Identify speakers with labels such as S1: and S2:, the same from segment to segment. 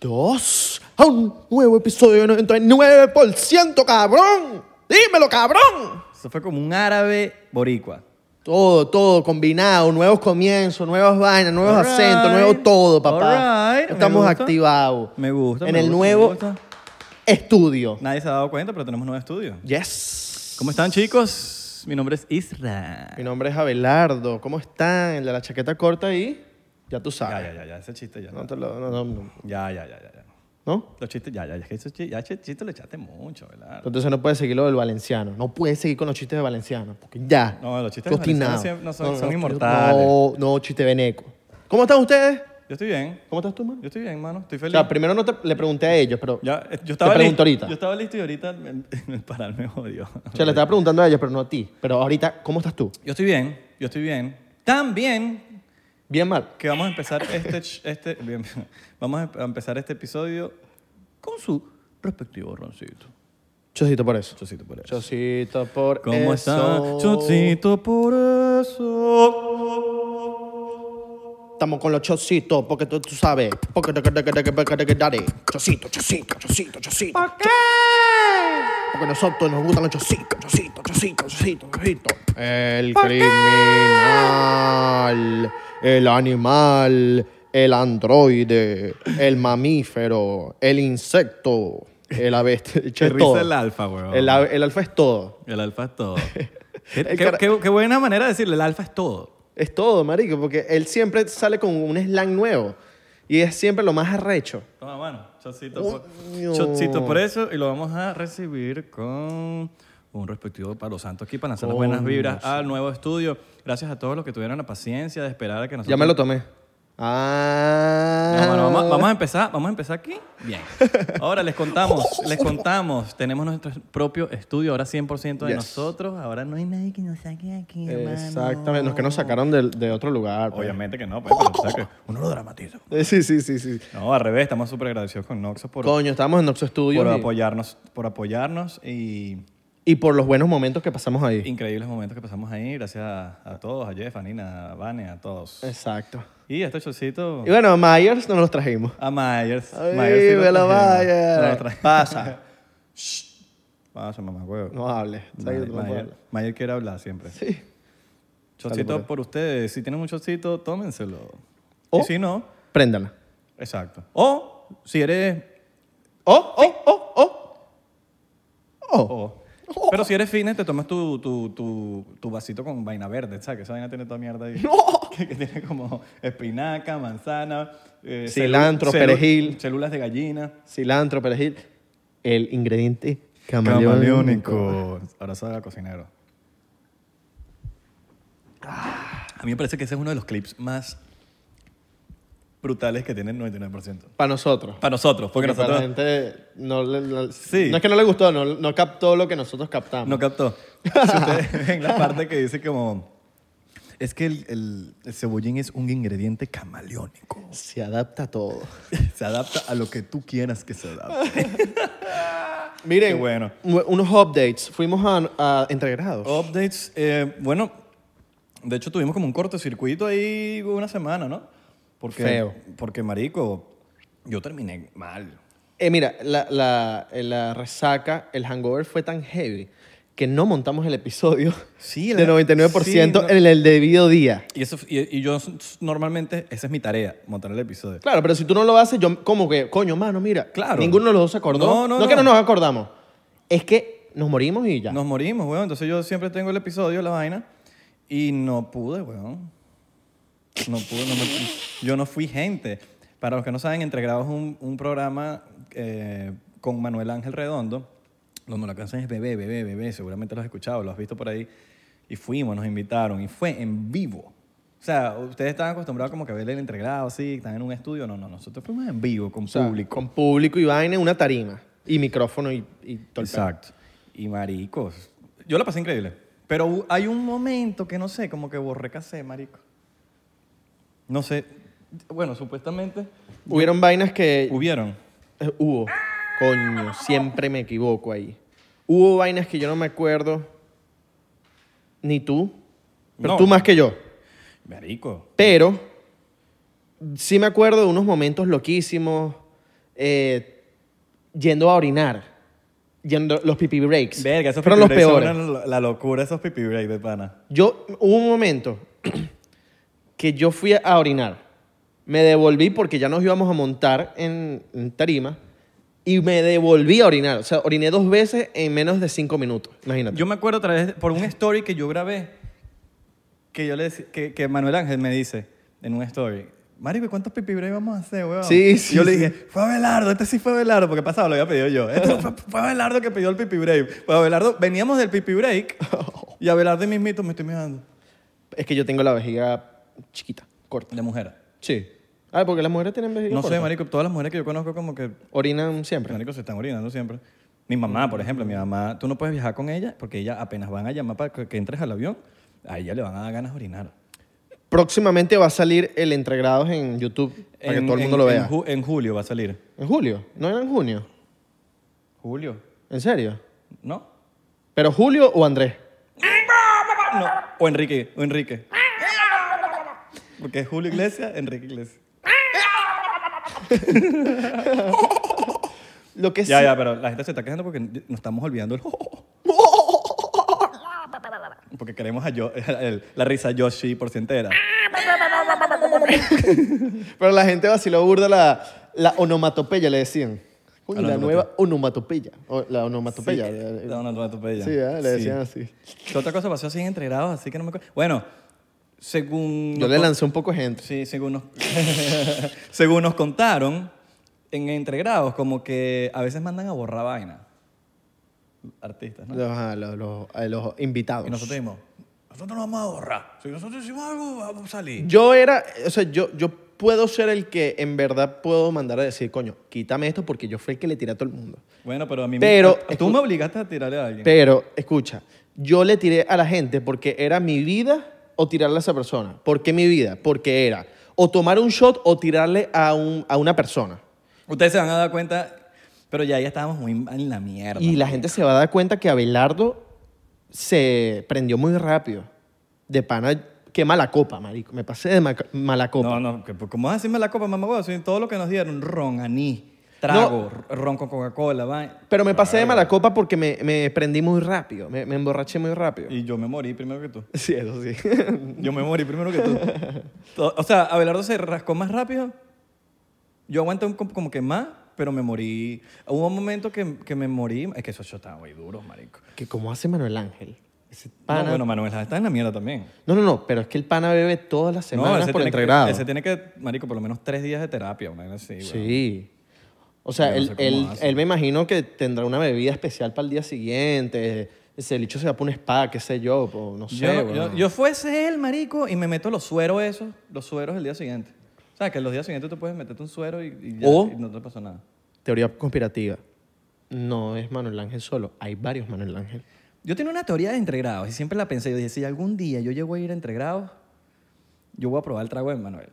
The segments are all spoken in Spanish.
S1: Bienvenidos a un nuevo episodio de 99%, cabrón. Dímelo, cabrón.
S2: Eso fue como un árabe boricua.
S1: Todo, todo combinado, nuevos comienzos, nuevas vainas, nuevos
S2: All right.
S1: acentos, nuevo todo, papá.
S2: All right. Me
S1: Estamos
S2: gusta.
S1: activados.
S2: Me gusta,
S1: En
S2: me
S1: el
S2: gusta, me
S1: nuevo
S2: gusta.
S1: estudio.
S2: Nadie se ha dado cuenta, pero tenemos nuevo estudio.
S1: Yes.
S2: ¿Cómo están, chicos? Mi nombre es Isra.
S1: Mi nombre es Abelardo. ¿Cómo están? El de la chaqueta corta ahí. Ya tú
S2: Ya, ya,
S1: sabes.
S2: ya, ya, ese chiste ya.
S1: No te lo- no, no, no.
S2: Ya, ya, ya, ya. ya.
S1: ¿No?
S2: Los chistes, ya, ya, ya, es que esos chi- ya, ese chiste lo echaste mucho, ¿verdad?
S1: Entonces no puedes seguir lo del valenciano. No puedes seguir con los chistes de valenciano. Porque ya.
S2: No, los chistes
S1: estoy
S2: de
S1: obstinado.
S2: valenciano siempre- no son- son
S1: estoy-
S2: inmortales.
S1: No, no, chiste veneco. ¿Cómo están ustedes?
S2: Yo estoy bien,
S1: ¿Cómo estás tú, man?
S2: yo estoy bien, mano, estoy
S1: O
S2: feliz.
S1: sea, primero no te- le pregunté a ellos, pero.
S2: ya, eh, yo estaba
S1: te pregunto
S2: listo,
S1: ahorita.
S2: Yo estaba listo y ahorita me, me parar me jodió.
S1: O sea, le estaba preguntando a ellos, pero no a ti. Pero ahorita, ¿cómo estás tú?
S2: Yo estoy bien, yo estoy bien. Tan bien
S1: Bien mal.
S2: que vamos a empezar este, ch- este bien, vamos a empe- a empezar este episodio con su respectivo roncito.
S1: Chocito por eso.
S2: Chocito por eso.
S1: Chocito por
S2: ¿Cómo está?
S1: eso.
S2: Chocito por eso.
S1: Estamos con los chocitos, porque tú, tú sabes. Porque te- que- que- que- que- que- que- que- dale. Chocito, chocito, chocito, chocito.
S2: ¿Por qué?
S1: Porque nosotros nos gustan los chocitos, chocitos, chocitos, chocitos, chocitos. El criminal, el animal, el androide, el mamífero, el insecto, el ave. es
S2: Qué risa
S1: todo.
S2: el alfa, weón.
S1: El, ave- el alfa es todo.
S2: El alfa es todo. qué,
S1: El
S2: qué-
S1: cara-
S2: qué- qué buena manera de decirle, el alfa es todo.
S1: Es todo, marico, porque él siempre sale con un slang nuevo. Y es siempre lo más arrecho.
S2: Toma, mano. Chocito,
S1: Coño.
S2: por, chocito por eso. Y lo vamos a recibir con un respectivo palo santo aquí para lanzar las buenas
S1: Coño,
S2: vibras al nuevo estudio. Gracias a todos los que tuvieron la paciencia de esperar a que nosotros...
S1: Ya me lo tomé. Ah.
S2: No, bueno, vamos, vamos a empezar, vamos a empezar aquí. Bien. Ahora les contamos, les contamos, tenemos nuestro propio estudio ahora 100% de
S1: Yes.
S2: nosotros, ahora no hay nadie que nos saque aquí, hermano.
S1: Ah, Exactamente, los que nos sacaron del- de, otro lugar. pues.
S2: Obviamente que no, pues, pero tú sabes que uno lo dramatiza.
S1: Eh, Sí, sí, sí, sí.
S2: No, al revés, estamos súper agradecidos con Noxo por,
S1: Coño, estábamos en Noxo Studios y-
S2: por apoyarnos, por apoyarnos y
S1: y, por los buenos momentos que pasamos ahí.
S2: increíbles momentos que pasamos ahí, gracias a, a todos, a Jeff, a Nina, a Vane, a todos.
S1: Exacto.
S2: Y este chocito
S1: Y bueno, a Myers no los trajimos.
S2: a Ah, Myers.
S1: Ay,
S2: Myers sí lo
S1: velo,
S2: trajimos.
S1: Myers.
S2: No lo tra-
S1: Pasa.
S2: Pasa, mamá, huevo.
S1: No hables. Sabes que
S2: Mayer,
S1: tú no
S2: Mayer,
S1: puedes.
S2: Mayer quiere hablar siempre.
S1: Sí.
S2: Chocito por, ustedes. Si tienen un chocito, tómenselo.
S1: O-
S2: Y si no,
S1: Préndala.
S2: exacto. O si eres.
S1: Oh, oh, oh, oh. Oh.
S2: o. Pero si eres fitness, te tomas tu, tu, tu, tu vasito con vaina verde, ¿sabes? Que esa vaina tiene toda mierda ahí. Que, que tiene como espinaca, manzana, eh, celu-
S1: Cilantro, perejil.
S2: Células de gallina.
S1: Cilantro, perejil. El ingrediente camaleónico.
S2: Ahora sabe cocinero. Ah, A mí me parece que ese es uno de los clips más brutales que tiene el 99%.
S1: Para nosotros.
S2: Para nosotros, porque
S1: Porque para la
S2: nosotros
S1: gente no, le- no-
S2: Sí.
S1: no es que no le gustó, no, no captó lo que nosotros captamos.
S2: no captó. Si ustedes ven la parte que dice como... Es que el, el- el cebollín es un ingrediente camaleónico.
S1: Se adapta a todo.
S2: Se adapta a lo que tú quieras que se adapte.
S1: Miren,
S2: Qué bueno.
S1: u- unos updates. Fuimos a, a entregrados.
S2: Updates, eh, bueno, de hecho tuvimos como un cortocircuito ahí una semana, ¿no? Porque,
S1: Feo.
S2: Porque, marico, yo terminé mal.
S1: Eh, mira, la, la- eh, la resaca, el hangover fue tan heavy que no montamos el episodio
S2: Sí,
S1: de
S2: la-
S1: 99%
S2: sí, no.
S1: en el debido día.
S2: Y, eso, y, y yo s- s- normalmente, esa es mi tarea, montar el episodio.
S1: Claro, pero si tú no lo haces, yo como que, coño, mano, mira,
S2: Claro.
S1: ninguno de los dos se acordó.
S2: No, no,
S1: que no
S2: no.
S1: nos acordamos. Es que nos morimos y ya.
S2: Nos morimos, weón. Entonces yo siempre tengo el episodio, la vaina, y no pude, weón. No pude, no me- yo no fui gente. Para los que no saben, Entregrados es un, un programa eh, con Manuel Ángel Redondo, donde la canción es Bebé, Bebé, Bebé. Seguramente lo has escuchado, lo has visto por ahí. Y fuimos, nos invitaron, y fue en vivo. O sea, ustedes estaban acostumbrados como que a ver el entregrado así, están en un estudio. No, no, nosotros fuimos en vivo, con
S1: O sea,
S2: público.
S1: Con público y vaina, en una tarima. Y micrófono y, y todo el pedo.
S2: Exacto. Y maricos. Yo la pasé increíble. Pero hu- hay un momento que no sé, como que borré casé, marico. No sé. Bueno, supuestamente
S1: Hubieron vainas que...
S2: hubieron.
S1: Eh, Hubo. Coño, siempre me equivoco ahí. Hubo vainas que yo no me acuerdo. Ni tú. Pero
S2: No.
S1: tú más que yo.
S2: Marico.
S1: Pero sí me acuerdo de unos momentos loquísimos eh, yendo a orinar. Yendo, los pipi breaks.
S2: Verga, esos
S1: Fueron
S2: pipi
S1: los
S2: breaks son
S1: peores.
S2: una- la locura, esos pipi break de pana.
S1: Yo, hubo un momento que yo fui a orinar. Me devolví porque ya nos íbamos a montar en, en tarima. Y me devolví a orinar. O sea, oriné dos veces en menos de cinco minutos. Imagínate.
S2: Yo me acuerdo otra vez, por un story que yo grabé, que yo le decí- que, que Manuel Ángel me dice en un story, Marico, ¿cuántos pipi break vamos a hacer, weón?
S1: Sí, sí,
S2: Yo le
S1: sí.
S2: dije, fue Abelardo, este sí fue Abelardo, porque pasaba, lo había pedido yo. Este fue, fue Abelardo que pidió el pipi break. Pues Abelardo, veníamos del pipi break y Abelardo y mismito me estoy mirando.
S1: Es que yo tengo la vejiga chiquita, corta.
S2: De mujer.
S1: Sí. Ah, porque las mujeres tienen vejiga
S2: No
S1: corta.
S2: sé, Marico, todas las mujeres que yo conozco como que pues,
S1: Orinan siempre.
S2: Marico, se están orinando siempre. Mi mamá, por ejemplo, mi mamá, tú no puedes viajar con ella porque ella apenas van a llamar para que que entres al avión, a ella le van a dar ganas de orinar.
S1: Próximamente va a salir el entregrados en YouTube para que
S2: En-
S1: todo el mundo
S2: en-
S1: lo
S2: en
S1: vea. En,
S2: ju- en julio va a salir.
S1: julio? ¿No era en junio?
S2: ¿Julio?
S1: ¿En serio?
S2: ¿No?
S1: ¿Pero Julio o Andrés?
S2: No. O Enrique, o Enrique. Porque es Julio Iglesias, Enrique Iglesias.
S1: Lo que
S2: Ya,
S1: sí-
S2: ya, pero la gente se está quejando porque nos estamos olvidando el... Porque queremos a Yo- el- la risa Yoshi por si entera.
S1: Pero la gente vaciló burda la, la onomatopeya, le decían. Coño,
S2: Ah,
S1: la
S2: no,
S1: nueva onomatopeya. O la
S2: Sí,
S1: onomatopeya. Eh,
S2: no, no, no, atropella.
S1: Sí, ¿eh? le
S2: Sí.
S1: decían así.
S2: ¿Qué otra cosa pasó así en entregrados? Así que no me acuerdo. Bueno, según.
S1: Yo
S2: nos
S1: le
S2: con-
S1: lancé un poco de gente.
S2: Sí, según nos, según nos contaron, en entregrados, como que a veces mandan a borrar vaina. Artistas, ¿no?
S1: Los, ah, los, los- a los
S2: Y
S1: invitados.
S2: nosotros dijimos, nosotros no vamos a borrar. Si nosotros hicimos algo, vamos a salir.
S1: Yo era, o sea, yo, yo puedo ser el que en verdad puedo mandar a decir, coño, quítame esto porque yo fui el que le tiré a todo el mundo.
S2: Bueno, pero a mí
S1: Pero-
S2: me. Tú me obligaste a tirarle a alguien.
S1: Pero, escucha, yo le tiré a la gente porque era mi vida o tirarle a esa persona. ¿Por qué mi vida? Porque era o tomar un shot o tirarle a, un, a una persona.
S2: Ustedes se van a dar cuenta, pero ya, ya estábamos muy en la mierda.
S1: Y la gente se va a dar cuenta que Abelardo se prendió muy rápido. De pana, qué mala copa, marico. Me pasé de ma- mala copa.
S2: No, no, que- pues, ¿cómo vas a decirme la copa, mamá? huevo? Si todo lo que nos dieron, ron, anís, trago, r- ron con Coca-Cola, va.
S1: Pero me pasé de mala copa porque me, me prendí muy rápido. Me, me emborraché muy rápido.
S2: Y yo me morí primero que tú.
S1: Sí, eso sí.
S2: Yo me morí primero que tú. To- O sea, Abelardo se rascó más rápido. Yo aguanté un com- como que más, pero me morí. Hubo un momento que, que me morí. Es que esos shots estaban muy duros, marico.
S1: que como hace Manuel Ángel. Ese pana...
S2: No, bueno, Manuel, está en la mierda también.
S1: No, no, no, pero es que el pana bebe todas las
S2: no,
S1: semanas
S2: ese
S1: por
S2: tiene que-
S1: entregrado.
S2: Ese tiene que, marico, por lo menos tres días de terapia, una vaina así, weón.
S1: Sí. O sea,
S2: Yo no
S1: él,
S2: sé cómo
S1: él,
S2: hace.
S1: él me imagino que tendrá una bebida especial para el día siguiente. Ese bicho se va para un spa, qué sé yo, po, no sé.
S2: Yo, no- yo,
S1: weón.
S2: yo fuese él, marico, y me meto los sueros esos, los sueros el día siguiente. O sea, que los días siguientes tú puedes meterte un suero y, y ya,
S1: O-
S2: y no te pasó nada.
S1: Teoría conspirativa. No es Manuel Ángel solo, hay varios Manuel Ángel.
S2: Yo tenía una teoría de entregrados y siempre la pensé. Yo dije, si algún día yo llego a ir a entregrados, yo voy a probar el trago de Manuel.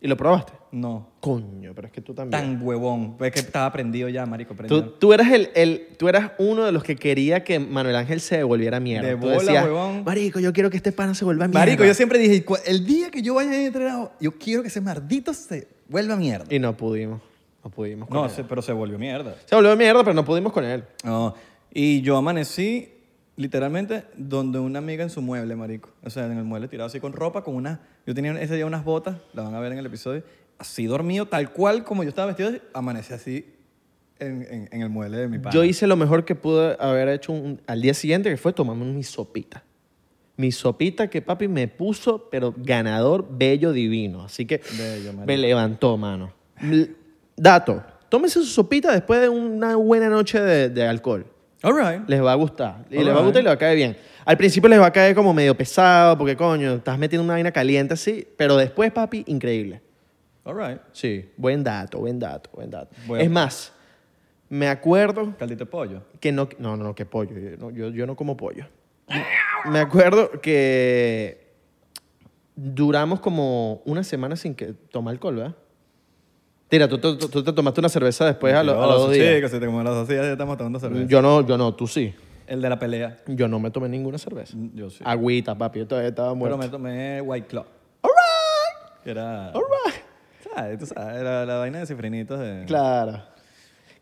S1: ¿Y lo probaste?
S2: No,
S1: Coño, pero es que tú también.
S2: tan huevón. Es que estaba prendido ya, marico,
S1: Tú,
S2: prendido.
S1: tú eras el, el- tú eras uno de los que quería que Manuel Ángel se devolviera mierda.
S2: De
S1: Tú
S2: bola,
S1: decías,
S2: huevón.
S1: Marico, yo quiero que este pana se vuelva mierda.
S2: Marico, yo siempre dije, "Cu- el día que yo vaya a ir a entregrados, yo quiero que ese mardito se vuelva mierda.
S1: Y no pudimos. No pudimos. con
S2: No,
S1: él.
S2: se- pero se volvió mierda.
S1: Se volvió mierda, pero no pudimos con él.
S2: No, Oh, y yo amanecí literalmente donde una amiga en su mueble, marico. O sea, en el mueble tirado así con ropa, con unas... Yo tenía ese día unas botas, la van a ver en el episodio. Así dormido, tal cual como yo estaba vestido, amanecí así en, en- en el mueble de mi padre.
S1: Yo hice lo mejor que pude haber hecho un- al día siguiente, que fue tomarme mi sopita. Mi sopita que papi me puso, pero ganador, bello, divino. Así que
S2: Bello, marico.
S1: me levantó, mano. L- Dato, tómese su sopita después de una buena noche de, de alcohol.
S2: All right.
S1: Les va a gustar. Y les va a
S2: Alright.
S1: gustar y les va a caer bien. Al principio les va a caer como medio pesado, porque coño, estás metiendo una vaina caliente así, pero después, papi, increíble.
S2: All right.
S1: Sí, buen dato, buen dato, buen dato.
S2: Bueno.
S1: Es más, me acuerdo
S2: Caldito de pollo.
S1: que no, no, no, no, que pollo. Yo no, yo, yo no como pollo. Me acuerdo que duramos como una semana sin que tomar alcohol, ¿verdad? Tira, tú, tú- tú- tú te tomaste una cerveza después Pues a, lo- a los dos días.
S2: Chicos, si te como las dos ya estamos tomando cerveza.
S1: Yo no, yo no, tú sí.
S2: El de la pelea.
S1: Yo no me tomé ninguna cerveza.
S2: Yo sí.
S1: Agüita, papi, yo todavía estaba
S2: Pero
S1: muerto.
S2: me tomé White Claw. Era.
S1: All right.
S2: ¿sabes? Tú sabes, era la vaina de cifrinitos de.
S1: Claro.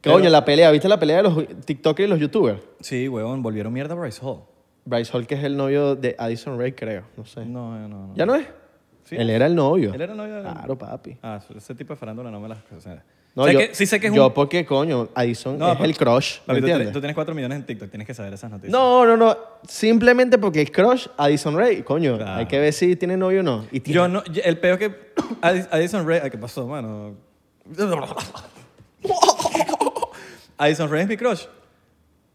S2: Pero-
S1: Coño, la pelea. ¿Viste la pelea de los TikTokers y los YouTubers?
S2: Sí, huevón, volvieron mierda a Bryce Hall.
S1: Bryce Hall, que es el novio de Addison Ray, creo. No sé.
S2: No, no, no.
S1: ¿Ya no es?
S2: Sí.
S1: Él era el novio.
S2: Él era el novio de.
S1: Claro, papi.
S2: Ah, ese tipo de farándula no me las cosas.
S1: No,
S2: sé
S1: yo,
S2: que, sí sé que es
S1: yo
S2: un...
S1: porque, coño, Addison
S2: No,
S1: es
S2: pero-
S1: el crush, ¿me
S2: Papi, tú,
S1: entiendes?
S2: tienes- tú tienes 4 millones en TikTok, tienes que saber esas noticias.
S1: No, no, no. Simplemente porque es crush Addison Ray. Coño,
S2: Claro.
S1: hay que ver si tiene novio o no. Y tiene.
S2: Yo no, yo- el peor que Addis- Addison Ray, ay, ¿qué pasó, mano? Addison Ray es mi crush,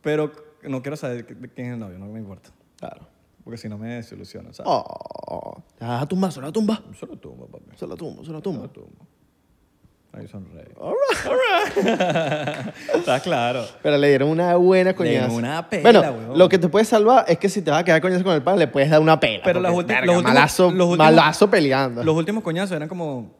S2: pero no quiero saber qu- quién es el novio, no me importa,
S1: Claro.
S2: porque si no me desilusiono, ¿sabes?
S1: Oh. Se la vas a tumbar, se la tumba.
S2: Se lo tumbo, papi,
S1: Se la tumba, se la
S2: se
S1: tumba.
S2: lo tumbo. Addison Ray. Está claro.
S1: Pero le dieron una buena
S2: Le dieron
S1: coñaza.
S2: una pela,
S1: Bueno,
S2: weón.
S1: lo que te puede salvar es que si te vas a quedar coñazo con el pan, le puedes dar una pela.
S2: Pero
S1: porque,
S2: las ulti-
S1: verga,
S2: los últimos-
S1: malazo,
S2: los últimos-
S1: malazo peleando.
S2: Los últimos coñazos eran como,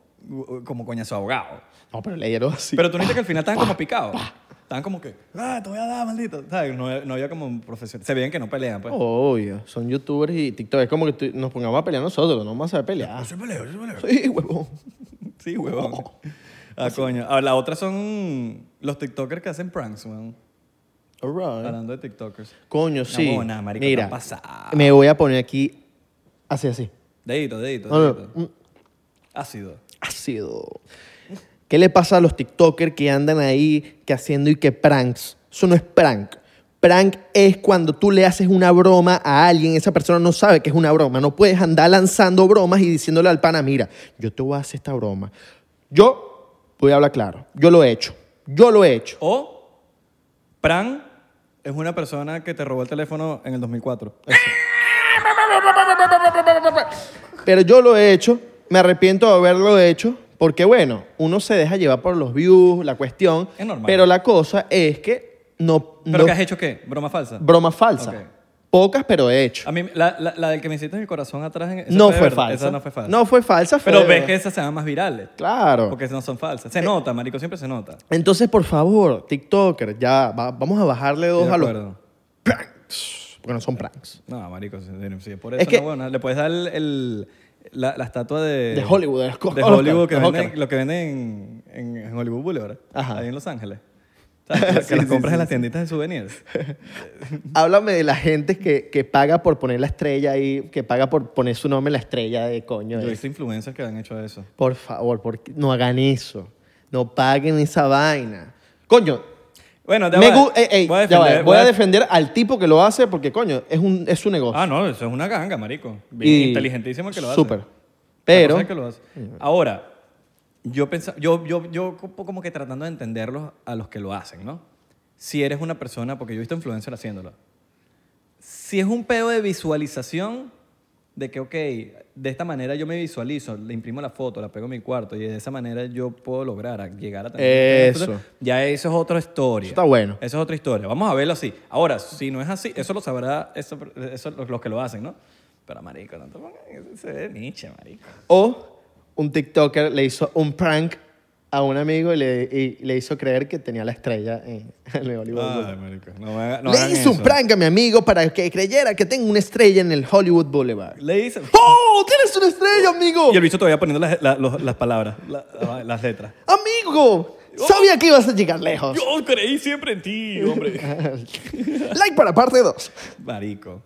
S2: como coñazo ahogado.
S1: No, pero le dieron así.
S2: Pero tú viste que al final estaban como picados. Estaban como que, ah, te voy a dar, maldito. ¿Sabes? No, no había como un profesional. Se veían que no pelean,
S1: Oh.
S2: pues.
S1: Obvio, son youtubers y TikTok. Es como que tú- nos pongamos a pelear nosotros, no vamos a saber pelear.
S2: se peleo, yo se peleo.
S1: Sí, huevón.
S2: Sí, huevón.
S1: Oh.
S2: Ah, coño. Ah, la otra son los TikTokers que hacen pranks, weón.
S1: All right.
S2: Hablando de TikTokers.
S1: Coño, sí.
S2: huevona, marico,
S1: Mira,
S2: está pasada.
S1: me voy a poner aquí así, así.
S2: Dedito, dedito,
S1: No, no,
S2: dedito.
S1: mm,
S2: Ácido.
S1: ácido. ¿Qué le pasa a los TikTokers que andan ahí, que haciendo y que pranks? Eso no es prank. Prank es cuando tú le haces una broma a alguien, esa persona no sabe que es una broma. No puedes andar lanzando bromas y diciéndole al pana, mira, yo te voy a hacer esta broma. Yo voy a hablar claro. Yo lo he hecho. Yo lo he hecho.
S2: O, prank es una persona que te robó el teléfono en el 2004.
S1: Pero yo lo he hecho, me arrepiento de haberlo hecho, porque bueno, uno se deja llevar por los views, la cuestión.
S2: Es normal.
S1: Pero la cosa es que no.
S2: ¿Pero
S1: no-
S2: qué has hecho qué? ¿Broma falsa?
S1: Broma falsa.
S2: Ok. Ah,
S1: Pocas, pero he hecho.
S2: A mí, la, la, la del que me hiciste el corazón atrás. en- esa
S1: No
S2: de
S1: fue,
S2: verdad,
S1: falsa.
S2: Esa no fue falsa.
S1: No fue falsa, fue
S2: Pero
S1: de
S2: ves
S1: verdad.
S2: que esas se van más virales.
S1: Claro.
S2: Porque no son falsas.
S1: Eh,
S2: Se nota, marico, siempre se nota.
S1: Entonces, por favor, TikToker, ya va- vamos a bajarle dos
S2: Estoy de
S1: a los.
S2: acuerdo.
S1: Porque no son pranks.
S2: No, marico, si, si es por eso
S1: Es que-
S2: no, bueno, le puedes dar el, el- la, la estatua de...
S1: De Hollywood, de los
S2: de
S1: Oscar,
S2: Hollywood, que
S1: los
S2: venden-
S1: Oscar.
S2: lo que venden en, en Hollywood Boulevard,
S1: Ajá.
S2: ahí en Los Ángeles. ¿Sabes? Que,
S1: Sí,
S2: que las
S1: sí,
S2: compras
S1: sí,
S2: en las tienditas de souvenirs.
S1: Háblame de la gente que, que paga por poner la estrella ahí, que paga por poner su nombre en la estrella de coño.
S2: Yo he
S1: de-
S2: visto influencers que han hecho eso.
S1: Por favor, por- no hagan eso. No paguen esa vaina. Coño,
S2: Bueno, Ah, ya
S1: me
S2: va.
S1: gu- eh, ey, ey, ya va, voy, a defender,
S2: voy a-
S1: al tipo que lo hace porque, coño, es, un, es su negocio.
S2: Ah, no, eso es una ganga, marico.
S1: Y-
S2: Inteligentísimo el que lo hace.
S1: Súper.
S2: La
S1: Pero,
S2: cosa es que lo hace. Ahora, yo, pensa- yo, yo, yo co- como que tratando de entenderlos a los que lo hacen, ¿no? Si eres una persona, porque yo he visto influencer haciéndolo. Si es un pedo de visualización, de que, ok, de esta manera yo me visualizo, le imprimo la foto, la pego en mi cuarto y de esa manera yo puedo lograr a llegar a tener...
S1: Eso.
S2: Ya eso es otra historia.
S1: Eso está bueno.
S2: Esa es otra historia. Vamos a verlo así. Ahora, si no es así, eso lo sabrá eso, eso los, los que lo hacen, ¿no? Pero, marico, no te pongas... Se ve niche, marico.
S1: o un TikToker le hizo un prank a un amigo y le, y le hizo creer que tenía la estrella en, en el Hollywood.
S2: Ay,
S1: Boulevard.
S2: marico, no me haga- Ah, no
S1: le
S2: hagan
S1: hizo un
S2: eso.
S1: prank a mi amigo para que creyera que tengo una estrella en el Hollywood Boulevard.
S2: Le hizo.
S1: ¡Oh! ¡Tienes una estrella, amigo!
S2: Y el bicho todavía poniendo las, la- los- las palabras, la- la- las letras.
S1: ¡Amigo! Sabía que ibas a llegar lejos.
S2: Oh. Yo creí siempre en ti, hombre.
S1: Like para parte 2.
S2: Marico.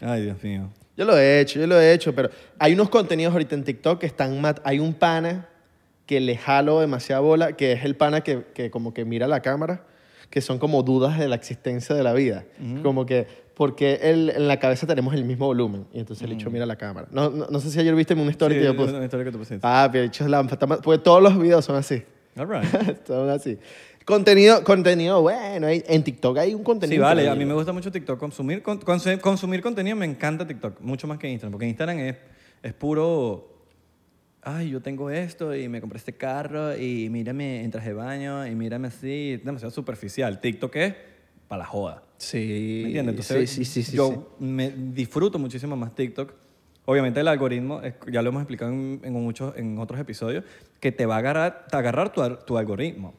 S2: Ay, Dios mío.
S1: Yo lo he hecho, yo lo he hecho, pero hay unos contenidos ahorita en TikTok que están mat Hay un pana que le jalo demasiada bola, que es el pana que, que como que mira la cámara, que son como dudas de la existencia de la vida. Como que, porque él, en la cabeza tenemos el mismo volumen. Y entonces el hecho mira la cámara. No, no, no sé si ayer viste en una historia que yo puse.
S2: Una historia que tú pusiste.
S1: Ah, pero el bicho es la... está ma- Porque todos los videos son así.
S2: All right.
S1: son así. Contenido, contenido bueno. hay- en TikTok hay un contenido.
S2: Sí, vale. A
S1: increíble.
S2: mí me gusta mucho TikTok. Consumir, con- conse- consumir contenido me encanta TikTok. Mucho más que Instagram. Porque Instagram es, es puro... Ay, yo tengo esto y me compré este carro y mírame en traje de baño y mírame así. Es demasiado superficial. TikTok es para la joda.
S1: Sí.
S2: ¿Me entiendes? Entonces,
S1: sí, sí, sí, sí,
S2: yo
S1: sí.
S2: me disfruto muchísimo más TikTok. Obviamente el algoritmo, es- ya lo hemos explicado en, en muchos, en otros episodios, que te va a agarrar, te va a agarrar tu, al- tu algoritmo.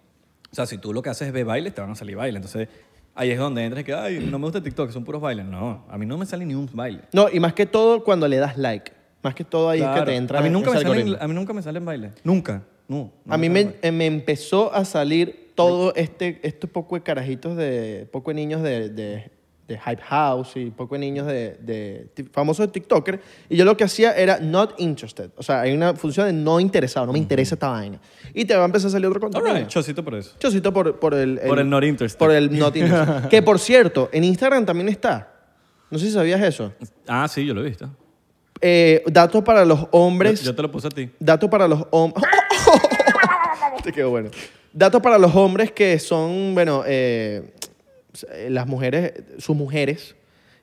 S2: O sea, si tú lo que haces es ver bailes, te van a salir bailes. Entonces, ahí es donde entras y que, ay, no me gusta TikTok, son puros bailes. No, a mí no me sale ni un baile.
S1: No, y más que todo cuando le das like. Más que todo ahí es que
S2: Claro.
S1: te entra
S2: a mí nunca
S1: ese
S2: me salen,
S1: algoritmo.
S2: A mí nunca me salen bailes. Nunca. No. no
S1: A mí
S2: salen
S1: me, eh, me empezó a salir todo este, estos poco de carajitos de, poco de niños de, de, de Hype House y poco de niños de, de ti- famosos TikToker. Y yo lo que hacía era not interested. O sea, hay una función de no interesado, no me interesa esta vaina. Y te va a empezar a salir otro
S2: bailes.
S1: contenido.
S2: All right, chocito por eso.
S1: Chocito por, por el,
S2: Por el not interested.
S1: Por el not interested. que por cierto, en Instagram también está. No sé si sabías eso.
S2: Ah, sí, yo lo he visto.
S1: Eh, datos para los hombres.
S2: Yo, yo te lo puse a ti.
S1: Dato para los hombres. Te quedó bueno. Dato para los hombres que son, bueno, eh, las mujeres, sus mujeres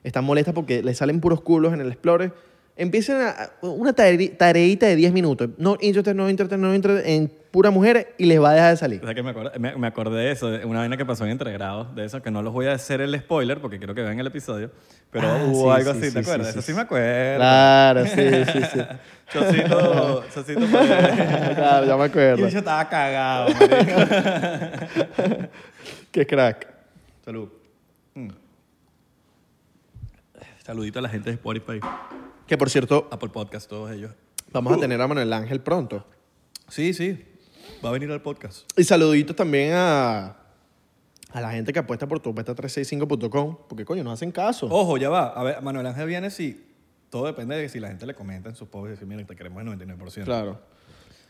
S1: están molestas porque les salen puros culos en el Explorer. Empiecen a- una tare- tareita de 10 minutos. No interested, no interested, no interested en puras mujeres y les va a dejar de salir.
S2: O sea, que me, acordé, me, me acordé de eso, de una vaina que pasó en entregrados, de eso, que no los voy a hacer el spoiler porque quiero que vean el episodio, pero
S1: Ah,
S2: hubo
S1: sí,
S2: algo
S1: sí,
S2: así,
S1: sí,
S2: ¿te acuerdas?
S1: sí,
S2: eso
S1: sí,
S2: sí me acuerdo.
S1: Claro, sí, sí, sí.
S2: Chocito, chocito. fue-
S1: Claro, ya me
S2: y
S1: acuerdo.
S2: yo estaba cagado, marico.
S1: Qué crack.
S2: Salud. Mm. Saludito a la gente de Spotify,
S1: Que por cierto,
S2: Apple Podcast, todos ellos.
S1: vamos a tener a Manuel Ángel pronto.
S2: Sí, sí, va a venir al podcast.
S1: Y saluditos también a, a la gente que apuesta por topeta365.com, porque coño, nos hacen caso.
S2: Ojo, ya va. A ver, Manuel Ángel viene si... Todo depende de si la gente le comenta en sus posts y dice, mira, te queremos el 99%.
S1: Claro.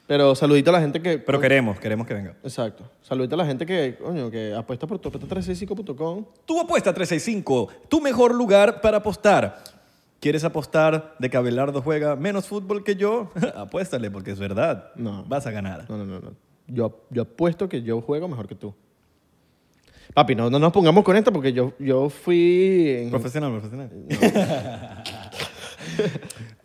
S1: Pero saludito a la gente que...
S2: Pero queremos, queremos que venga.
S1: Exacto. Saludito a la gente que, coño, que apuesta por topeta365.com.
S2: Tu apuesta 365, tu mejor lugar para apostar. ¿Quieres apostar de que Abelardo juega menos fútbol que yo? Apuéstale, porque es verdad.
S1: No.
S2: Vas a ganar.
S1: No, no, no, no. Yo, yo apuesto que yo juego mejor que tú. Papi, no, no nos pongamos con esto porque yo, yo fui... en-
S2: Profesional, profesional.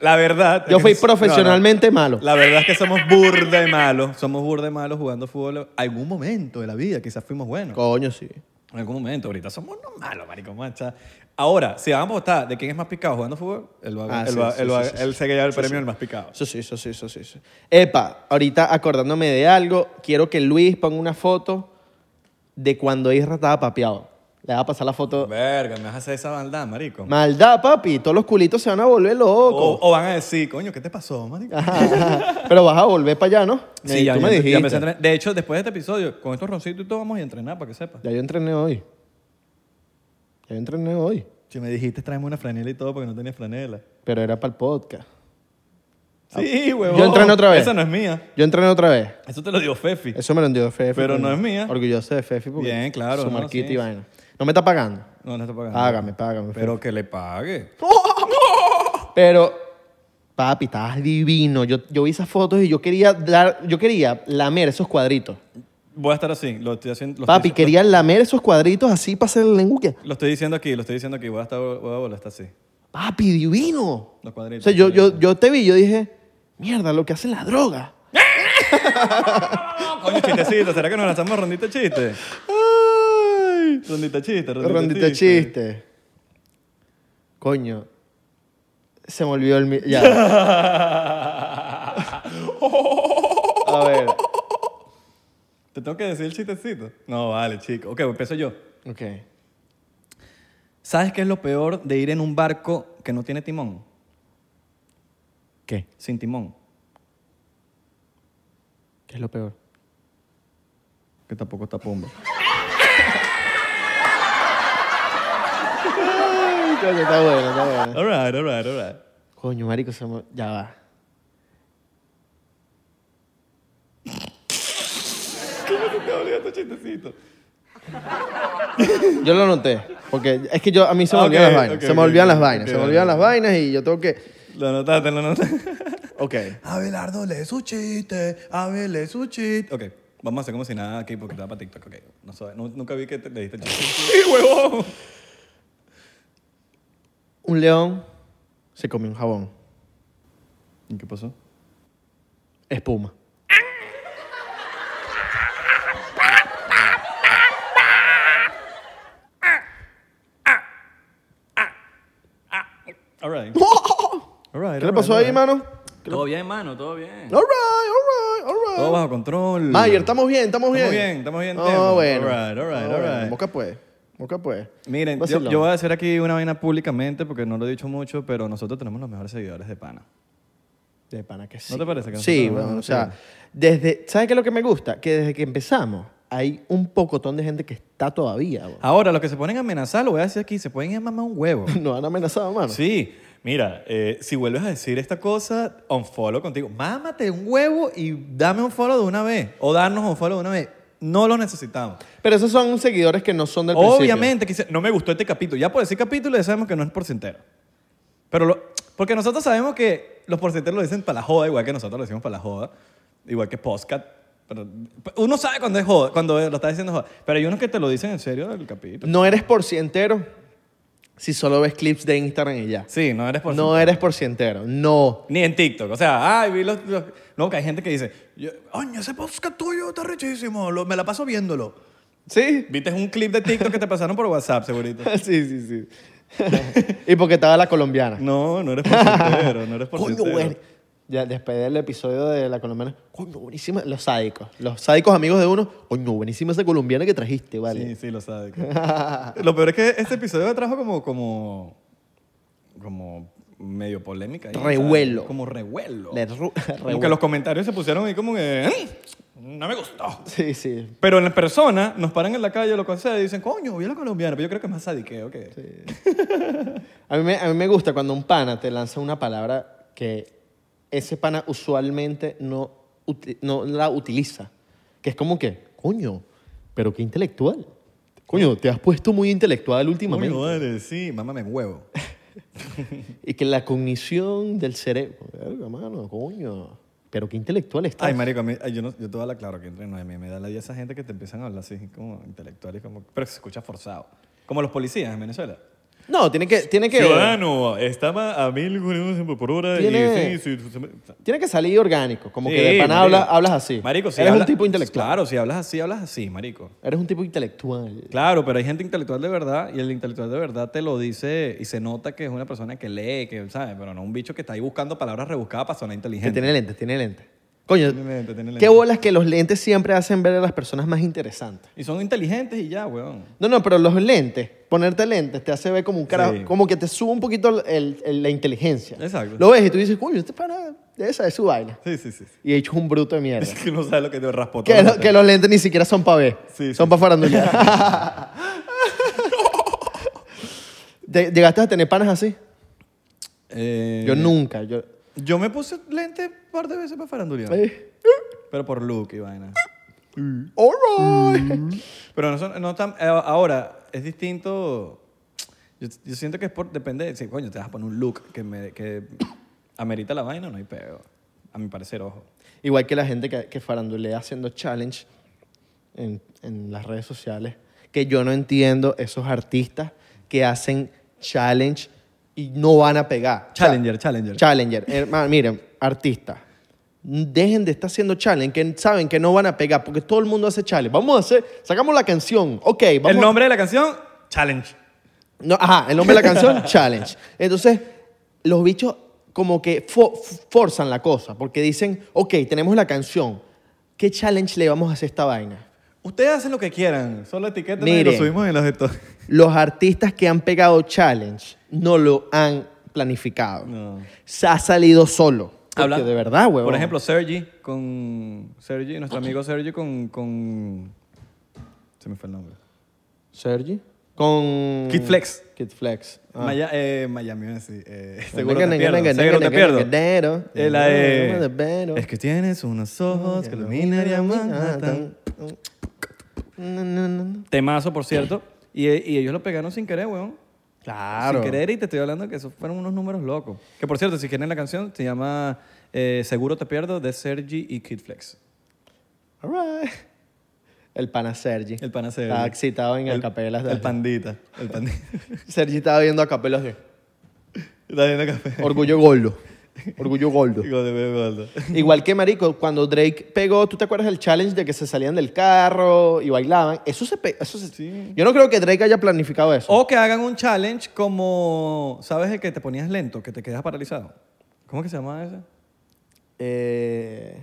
S2: la verdad. es
S1: yo
S2: que
S1: fui
S2: no-
S1: profesionalmente
S2: no,
S1: malo.
S2: no. La verdad es que somos burda de malos. Somos burda de malos jugando fútbol. Algún momento de la vida, quizás fuimos buenos.
S1: Coño, sí.
S2: En algún momento, ahorita somos unos malos, marico. macha. Ahora, si vamos a votar de quién es más picado jugando fútbol, él, va,
S1: Ah,
S2: él,
S1: sí,
S2: va-
S1: sí,
S2: él va-
S1: sí, sí,
S2: él
S1: sí.
S2: se que lleva el
S1: Sí,
S2: premio
S1: sí.
S2: el más picado.
S1: Eso sí, eso sí, eso sí, eso sí. Epa, ahorita acordándome de algo, quiero que Luis ponga una foto de cuando Isra estaba papeado. Le va a pasar la foto.
S2: Verga, me vas a hacer esa maldad, marico.
S1: Maldad, papi. Todos los culitos se van a volver locos.
S2: O, o van a decir, coño, ¿qué te pasó, marico?
S1: Ajá, ajá. Pero vas a volver para allá, ¿no? Me- tú me
S2: empe-
S1: dijiste.
S2: ya empecé a entrenar. De hecho, después de este episodio, con estos roncitos y todo, vamos a entrenar para que sepas.
S1: Ya yo entrené hoy. Ya yo entrené hoy.
S2: Si me dijiste, tráeme una franela y todo, porque no tenía franela.
S1: Pero era para el podcast.
S2: Sí, huevón.
S1: Yo entrené otra vez.
S2: Esa no es mía.
S1: Yo entrené otra vez.
S2: Eso te lo dio Fefi.
S1: Eso me lo envió Fefi.
S2: Pero
S1: porque-
S2: no es mía.
S1: Orgulloso de Fefi porque
S2: Bien, claro,
S1: su
S2: no,
S1: marquita
S2: sí, Ah.
S1: y
S2: sí.
S1: vaina. No me está pagando.
S2: No, no está pagando.
S1: Págame, págame. Fefi.
S2: Pero que le pague.
S1: Pero, papi, estabas divino. Yo, yo vi esas fotos y yo quería dar, yo quería lamer esos cuadritos.
S2: Voy a estar así. Lo estoy haciendo. lo
S1: Papi,
S2: estoy-
S1: quería lamer esos cuadritos así para hacer el lenguaje.
S2: Lo estoy diciendo aquí, lo estoy diciendo aquí. Voy a estar, voy a volver hasta así.
S1: Papi, divino.
S2: Los
S1: O
S2: cuadritos.
S1: sea, yo, yo, yo te vi, yo dije, mierda, lo que hace la droga.
S2: Ah, Coño, chistecito. ¿Será que nos lanzamos rondita chiste?
S1: Ay,
S2: Rondita chiste, rondita,
S1: rondita chiste. Coño, se me olvidó el... mi- Ya, a ver.
S2: Te tengo que decir el chistecito. No, vale, chico. Ok, empiezo yo.
S1: Ok.
S2: ¿Sabes qué es lo peor de ir en un barco que no tiene timón?
S1: ¿Qué?
S2: Sin timón.
S1: ¿Qué es lo peor?
S2: Que tampoco está pomba.
S1: Ay, coño, está bueno, está bueno.
S2: All right, all right, all right.
S1: Coño, marico, se me- ya va.
S2: ¿Cómo se te olvidó tu chistecito?
S1: Yo lo noté, porque es que yo a mí se me
S2: Ah,
S1: olvidan
S2: ok,
S1: las vainas,
S2: ok,
S1: se me
S2: ok,
S1: olvidan
S2: ok,
S1: las vainas,
S2: ok,
S1: se me
S2: ok.
S1: olvidan las vainas y yo tengo que
S2: Lo notaste, lo notaste.
S1: Ok.
S2: Abelardo lee su chiste, Abel lee su chiste. Ok, vamos a hacer como si nada aquí porque estaba para TikTok. Ok, no sé, nu- nunca vi que te leíste el chiste. ¡Sí, huevón!
S1: Un león se comió un jabón,
S2: ¿Y qué pasó?
S1: espuma.
S2: All right. All right.
S1: ¿Qué le pasó ahí, mano?
S3: Todo bien, mano, todo bien.
S1: All right, all right,
S2: Todo
S1: all right.
S2: bajo control.
S1: Oh. Mayer, estamos bien, estamos bien.
S2: Estamos bien, estamos bien,
S1: No,
S2: Temo.
S1: bueno.
S2: All right, all right,
S1: No,
S2: all
S1: bueno,
S2: right.
S1: Moca pues, moca pues.
S2: Miren, yo,
S1: Vacilón.
S2: yo voy a hacer aquí una vaina públicamente porque no lo he dicho mucho, pero nosotros tenemos los mejores seguidores de pana.
S1: De pana que sí.
S2: te parece que
S1: Sí,
S2: nosotros
S1: weón,
S2: hablamos
S1: o sea, desde, ¿sabes qué es lo que me gusta? Que desde que empezamos hay un pocotón de gente que está todavía, weón.
S2: Ahora, los que se ponen a amenazar, lo voy a decir aquí, se pueden ir a mamar un huevo.
S1: Nos han amenazado, mano.
S2: Sí, mira, eh, si vuelves a decir esta cosa, unfollow contigo. Mámate un huevo y dame un follow de una vez. O darnos un follow de una vez. No lo necesitamos.
S1: Pero esos son seguidores que no son del principio.
S2: Obviamente, que dice, no me gustó este capítulo. Ya por decir capítulo ya sabemos que no es porcentero. Pero lo- porque nosotros sabemos que los porcenteros lo dicen para la joda, igual que nosotros lo decimos para la joda, igual que podcast. Pero uno sabe cuando es joda, cuando lo está diciendo joda. Pero hay unos que te lo dicen en serio del capítulo.
S1: No eres porcientero si solo ves clips de Instagram y ya.
S2: Sí, no eres porcentero.
S1: No eres porcientero. No.
S2: Ni en TikTok. O sea, ay, vi los. los- No, que hay gente que dice, yo- oño, ese podcast tuyo está rechísimo, lo- me la paso viéndolo.
S1: ¿Sí?
S2: Viste un clip de TikTok que te pasaron por WhatsApp, segurito.
S1: sí, sí, sí. y porque estaba la colombiana.
S2: No, no eres porcentero, no eres porcentero.
S1: Coño, güey. Ya después del episodio de la colombiana, coño, buenísima. Los sádicos. Los sádicos amigos de uno, coño, buenísima esa colombiana que trajiste,
S2: Sí,
S1: vale.
S2: sí, lo sabe. lo peor es que este episodio trajo como, como, como medio polémica. ahí,
S1: Revuelo.
S2: ¿sabes? Como revuelo.
S1: Le ru-
S2: Como que los comentarios se pusieron ahí como que, "Mm, no me gustó.
S1: Sí, sí.
S2: Pero en la persona nos paran en la calle, lo conceden y dicen, coño, vi a la colombiana, pero yo creo que es más sadiqueo que...
S1: A mí, me, a mí me gusta cuando un pana te lanza una palabra que ese pana usualmente no, uti- no la utiliza. Que es como que, coño, pero qué intelectual. Coño, te has puesto muy intelectual últimamente.
S2: Coño, eh. vale, sí, mámame un huevo.
S1: Y que la cognición del cerebro. Verga, mano, coño. Pero qué intelectual estás.
S2: Ay, marico, a mí- ay, yo, no, yo te voy a dar claro que entre nos, a mí me da la idea esa gente que te empiezan a hablar así, como intelectuales, como, pero se escucha forzado. Como los policías en Venezuela.
S1: No, tiene que, tiene que,
S2: Ciudadano, está a mil kilómetros por hora
S1: Tiene-
S2: y sí, sí, sí.
S1: tiene que salir orgánico. Como que
S2: Sí,
S1: de pana habla-
S2: marico.
S1: hablas así.
S2: Marico, si
S1: Eres
S2: habla-
S1: un tipo intelectual.
S2: Claro, si hablas así, hablas así, marico.
S1: Eres un tipo intelectual.
S2: Claro, pero hay gente intelectual de verdad y el intelectual de verdad te lo dice y se nota que es una persona que lee, que sabe, pero no un bicho que está ahí buscando palabras rebuscadas para sonar
S1: Que
S2: inteligente.
S1: tiene lentes, tiene lentes. Coño,
S2: Tiene lentes, tiene
S1: qué
S2: lentes.
S1: bolas que los lentes siempre hacen ver a las personas más interesantes.
S2: Y son inteligentes y ya, weón.
S1: No, no, pero los lentes, ponerte lentes te hace ver como un carajo,
S2: Sí.
S1: como que te sube un poquito el- el- la inteligencia.
S2: Exacto.
S1: Lo ves y tú dices, coño, este pana, esa es su vaina.
S2: Sí, sí, sí.
S1: Y he hecho un bruto de mierda.
S2: Es que no sabe lo que te raspó
S1: Que, lo- que los lentes ni siquiera son para ver.
S2: Sí,
S1: son
S2: sí.
S1: para farandulear. ¿Te- ¿Llegaste a tener panas así?
S2: Eh,
S1: Yo nunca. Yo,
S2: Yo me puse lente un par de veces para farandulear. Pero por look y vaina.
S1: eh, All right.
S2: Mm. Pero no son, no tan, eh, ahora, es distinto. Yo, yo siento que es por, depende de si, coño, te vas a poner un look que, me- que amerita la vaina, no hay peo. A mi parecer, ojo.
S1: Igual que la gente que, que farandulea haciendo challenge en, en las redes sociales, que yo no entiendo esos artistas que hacen challenge y no van a pegar. O sea,
S2: Challenger, challenger.
S1: Challenger. Hermano, miren, artistas. Dejen de estar haciendo challenge, que saben que no van a pegar, porque todo el mundo hace challenge. Vamos a hacer, sacamos la canción, ok, vamos.
S2: El nombre de la canción, challenge.
S1: No, ajá, el nombre de la canción, challenge. Entonces, los bichos como que fo- forzan la cosa, porque dicen, ok, tenemos la canción, ¿qué challenge le vamos a hacer a esta vaina?
S2: Ustedes hacen lo que quieran, solo etiqueten y lo
S1: Miren.
S2: subimos en las de todos.
S1: Los artistas que han pegado challenge no lo han planificado.
S2: No.
S1: Se ha salido solo. Porque
S2: Habla-
S1: de verdad, huevón.
S2: Por ejemplo, Sergi con. Sergi, nuestro amigo Sergi con. con se me fue el nombre.
S1: Sergi. Con...
S2: Kid Flex.
S1: Kid Flex. Ah.
S2: Maya- eh, Miami, iba a decir, eh, seguro
S1: Venga, venga,
S2: te pierdo.
S1: venga,
S2: Seguro
S1: venga,
S2: te
S1: venga,
S2: pierdo.
S1: venga, venga,
S2: Eh, la
S1: venga,
S2: de-
S1: venga,
S2: Es que tienes unos ojos que iluminarían Manhattan.
S1: No, no, no, no.
S2: Temazo, por cierto. Y, eh, y ellos lo pegaron sin querer, weón.
S1: Claro.
S2: Sin querer, y te estoy hablando que esos fueron unos números locos. Que por cierto, si quieren la canción, se llama eh, Seguro te pierdo de Sergi y Kid Flex.
S1: All right. El pana Sergi.
S2: El pana Sergi.
S1: Estaba excitado en
S2: El-
S1: acapelas. de-
S2: El pandita. El pandita.
S1: Sergi estaba viendo acapelas de
S2: Está viendo café.
S1: Orgullo Goldo. Orgullo Goldo.
S2: Hijo de bebé gordo.
S1: Igual que Marico, cuando Drake pegó, ¿tú te acuerdas del challenge de que se salían del carro y bailaban? Eso se. pe- Eso se-
S2: Sí.
S1: Yo no creo que Drake haya planificado eso.
S2: O que hagan un challenge como, ¿sabes el que te ponías lento, que te quedas paralizado? ¿Cómo que se llama ese?
S1: Eh,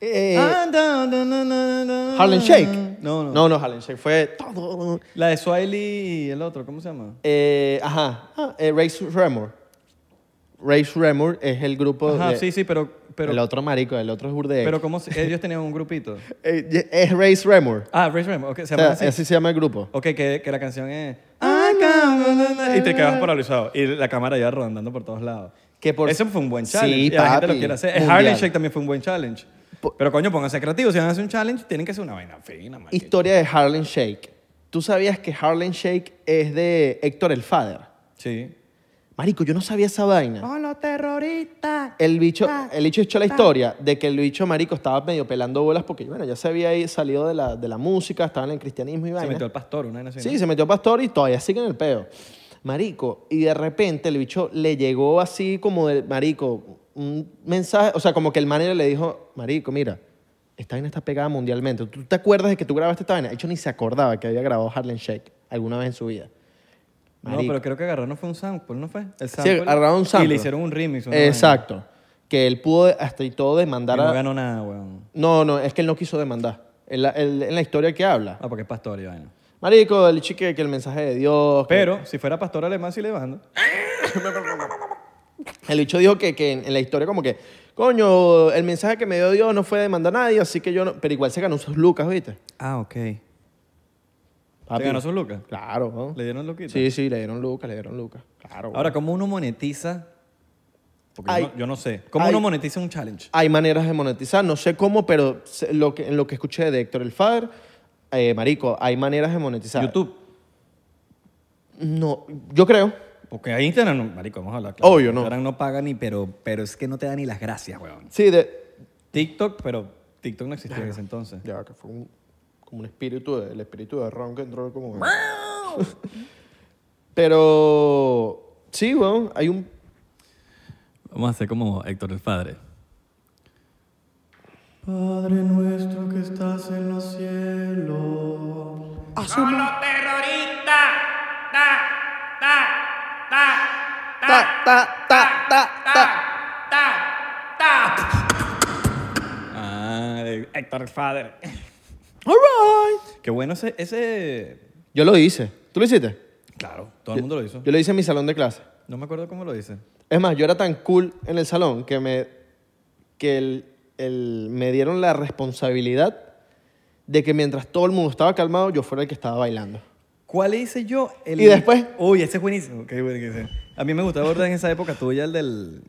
S1: eh,
S2: Ah, da, da, da, da, da.
S1: Harlem Shake.
S2: No, no.
S1: No, no, Harlem Shake. Fue todo.
S2: La de Swiley y el otro, ¿cómo se llama?
S1: Eh, ajá. Ah, eh, Race Remor. Rage Remor es el grupo
S2: Ajá,
S1: de-
S2: sí, sí, pero, pero,
S1: Oh, eh, el otro marico, el otro es Burde.
S2: pero como si- ellos tenían un grupito.
S1: Eh, es Rage Remor.
S2: Ah, Race Rem, ok, se
S1: O
S2: llama
S1: sea,
S2: así.
S1: así se llama el grupo.
S2: Ok, que, que la canción es... Y te quedas paralizado. Y la cámara ya rondando por todos lados.
S1: Que por-
S2: Eso fue un buen
S1: Sí,
S2: challenge. y la gente lo
S1: papi,
S2: quiere hacer. El
S1: mundial.
S2: Harlem Shake también fue un buen challenge.
S1: Po-
S2: Pero coño, pónganse creativos. Si van a hacer un challenge, tienen que hacer una vaina fina, man.
S1: Historia de Harlem Shake. ¿Tú sabías que Harlem Shake es de Héctor el Fader?
S2: Sí.
S1: Marico, yo no sabía esa vaina.
S2: ¡Oh, los terroristas!
S1: El bicho, el bicho echó la historia de que el bicho marico estaba medio pelando bolas porque, bueno, ya se había ido- salido de la, de la música, estaba en el cristianismo y
S2: Se
S1: vaina.
S2: metió el pastor, una vaina así,
S1: Sí,
S2: ¿no?
S1: se metió pastor y todavía sigue en el peo. Marico, y de repente el bicho le llegó así como de, marico, un mensaje, o sea, como que el manager le dijo, marico, mira, esta vaina está pegada mundialmente. ¿Tú te acuerdas de que tú grabaste esta vaina? De hecho, ni se acordaba que había grabado Harlem Shake alguna vez en su vida.
S2: No, pero creo que agarró, no fue un sample, ¿no fue? El
S1: Sí, agarraron un
S2: Y
S1: sample.
S2: le hicieron un remix. una vaina.
S1: Exacto. Que él pudo hasta y todo
S2: Y
S1: demandar
S2: no
S1: a...
S2: ganó nada, weón.
S1: No, no, es que él no quiso demandar. En la, en- en la historia que habla.
S2: Ah, porque es pastor y vaina.
S1: Marico, el chique que el mensaje de Dios... que-
S2: Pero si fuera pastor alemán, sí le bando.
S1: El bicho dijo que, que en, en la historia como que, coño, el mensaje que me dio Dios no fue demandar a nadie, así que yo no... Pero igual se ganó sus lucas, ¿viste?
S2: Ah, ok. ¿Se
S1: Papi.
S2: ganó sus lucas?
S1: Claro, ¿no?
S2: ¿Le dieron loquito?
S1: Sí, sí, le dieron lucas, le dieron lucas. Claro.
S2: Ahora, ¿cómo uno monetiza? Porque
S1: Ay.
S2: yo, no, yo no sé. ¿Cómo
S1: Ay.
S2: uno monetiza un challenge?
S1: Hay maneras de monetizar, no sé cómo, pero se- lo que, en lo que escuché de Héctor El Fader, eh, marico, hay maneras de monetizar.
S2: YouTube.
S1: No, yo creo.
S2: Porque ahí Instagram, no, marico, vamos a hablar.
S1: Obvio, no.
S2: Instagram no paga ni, pero, pero es que no te da ni las gracias, weón.
S1: Sí, de...
S2: TikTok, pero TikTok no existía en ese entonces.
S1: Ya, que fue un- como un espíritu, de- el espíritu de Ron que entró como... pero... Sí, weón, hay un
S3: Vamos a hacer como Héctor el padre.
S2: Padre nuestro que estás en los cielos.
S1: Ah, ta, ta, ta, ta, ta.
S2: Ah, de Héctor el Father.
S1: All right.
S2: Qué bueno ese, ese...
S1: Yo lo hice. ¿Tú lo hiciste?
S2: Claro, todo el mundo lo hizo.
S1: Yo lo hice en mi salón de clase.
S2: No me acuerdo cómo lo hice.
S1: Es más, yo era tan cool en el salón que me, que el, el- me dieron la responsabilidad de que mientras todo el mundo estaba calmado, yo fuera el que estaba bailando.
S2: ¿Cuál hice yo? El-
S1: ¿Y después?
S2: Uy, ese es buenísimo. Qué bueno que sea. A mí me gustaba ahorita en esa época tuya el del,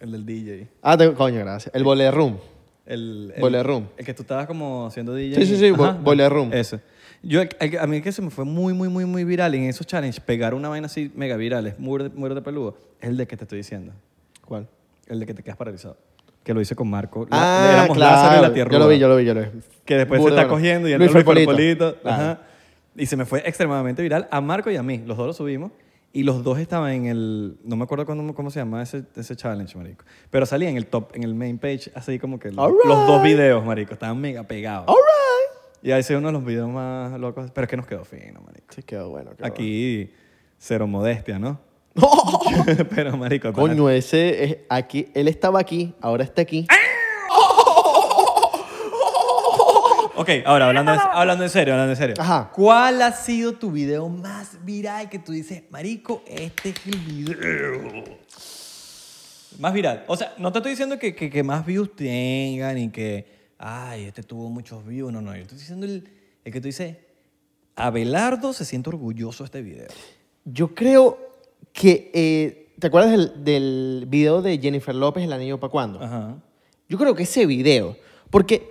S2: el del DJ.
S1: Ah, te- coño, gracias. El bolet room.
S2: El, el-
S1: Boiler Room.
S2: El que tú estabas como haciendo DJ.
S1: Sí, sí, sí, bo- Boiler Room.
S2: Eso. Yo, el- el- a mí el que se me fue muy, muy, muy, muy viral en esos challenges, pegar una vaina así mega viral, es muero de, muero de peludo, es el de que te estoy diciendo.
S1: ¿Cuál?
S2: El de que te quedas paralizado. Que lo hice con Marco.
S1: ah,
S2: éramos
S1: claro.
S2: Lázaro y la tierra.
S1: yo lo vi, yo lo vi, yo lo vi.
S2: Que después
S1: Burda,
S2: se está
S1: bueno.
S2: cogiendo y
S1: Luis
S2: entra Luis
S1: Ferpolito.
S2: Ferpolito.
S1: Claro.
S2: Ajá. Y se me fue extremadamente viral a Marco y a mí. Los dos lo subimos. Y los dos estaban en el... No me acuerdo cuándo- cómo se llamaba ese, ese challenge, marico. Pero salía en el top, en el main page, así como que los,
S1: All
S2: los dos
S1: right.
S2: videos, marico. Estaban mega pegados.
S1: All right.
S2: Y ahí se uno de los videos más locos. Pero es que nos quedó fino, marico.
S1: Sí, quedó bueno. quedó
S2: Aquí, cero modestia, ¿no? pero, marico...
S1: bueno. Coño, ese es aquí. Él estaba aquí, ahora está aquí.
S2: Ok, ahora hablando, en- hablando en serio, hablando en serio.
S1: Ajá.
S2: ¿Cuál ha sido tu video más viral que tú dices, Marico, este es el video? Más viral. O sea, no te estoy diciendo que, que- que más views tengan y que, ay, este tuvo muchos views. No, no, yo estoy diciendo el, el que tú dices, Abelardo se siente orgulloso de este video.
S1: Yo creo que. eh, ¿Te acuerdas del, del video de Jennifer López, El Anillo para cuándo?
S2: Ajá.
S1: Yo creo que ese video. Porque,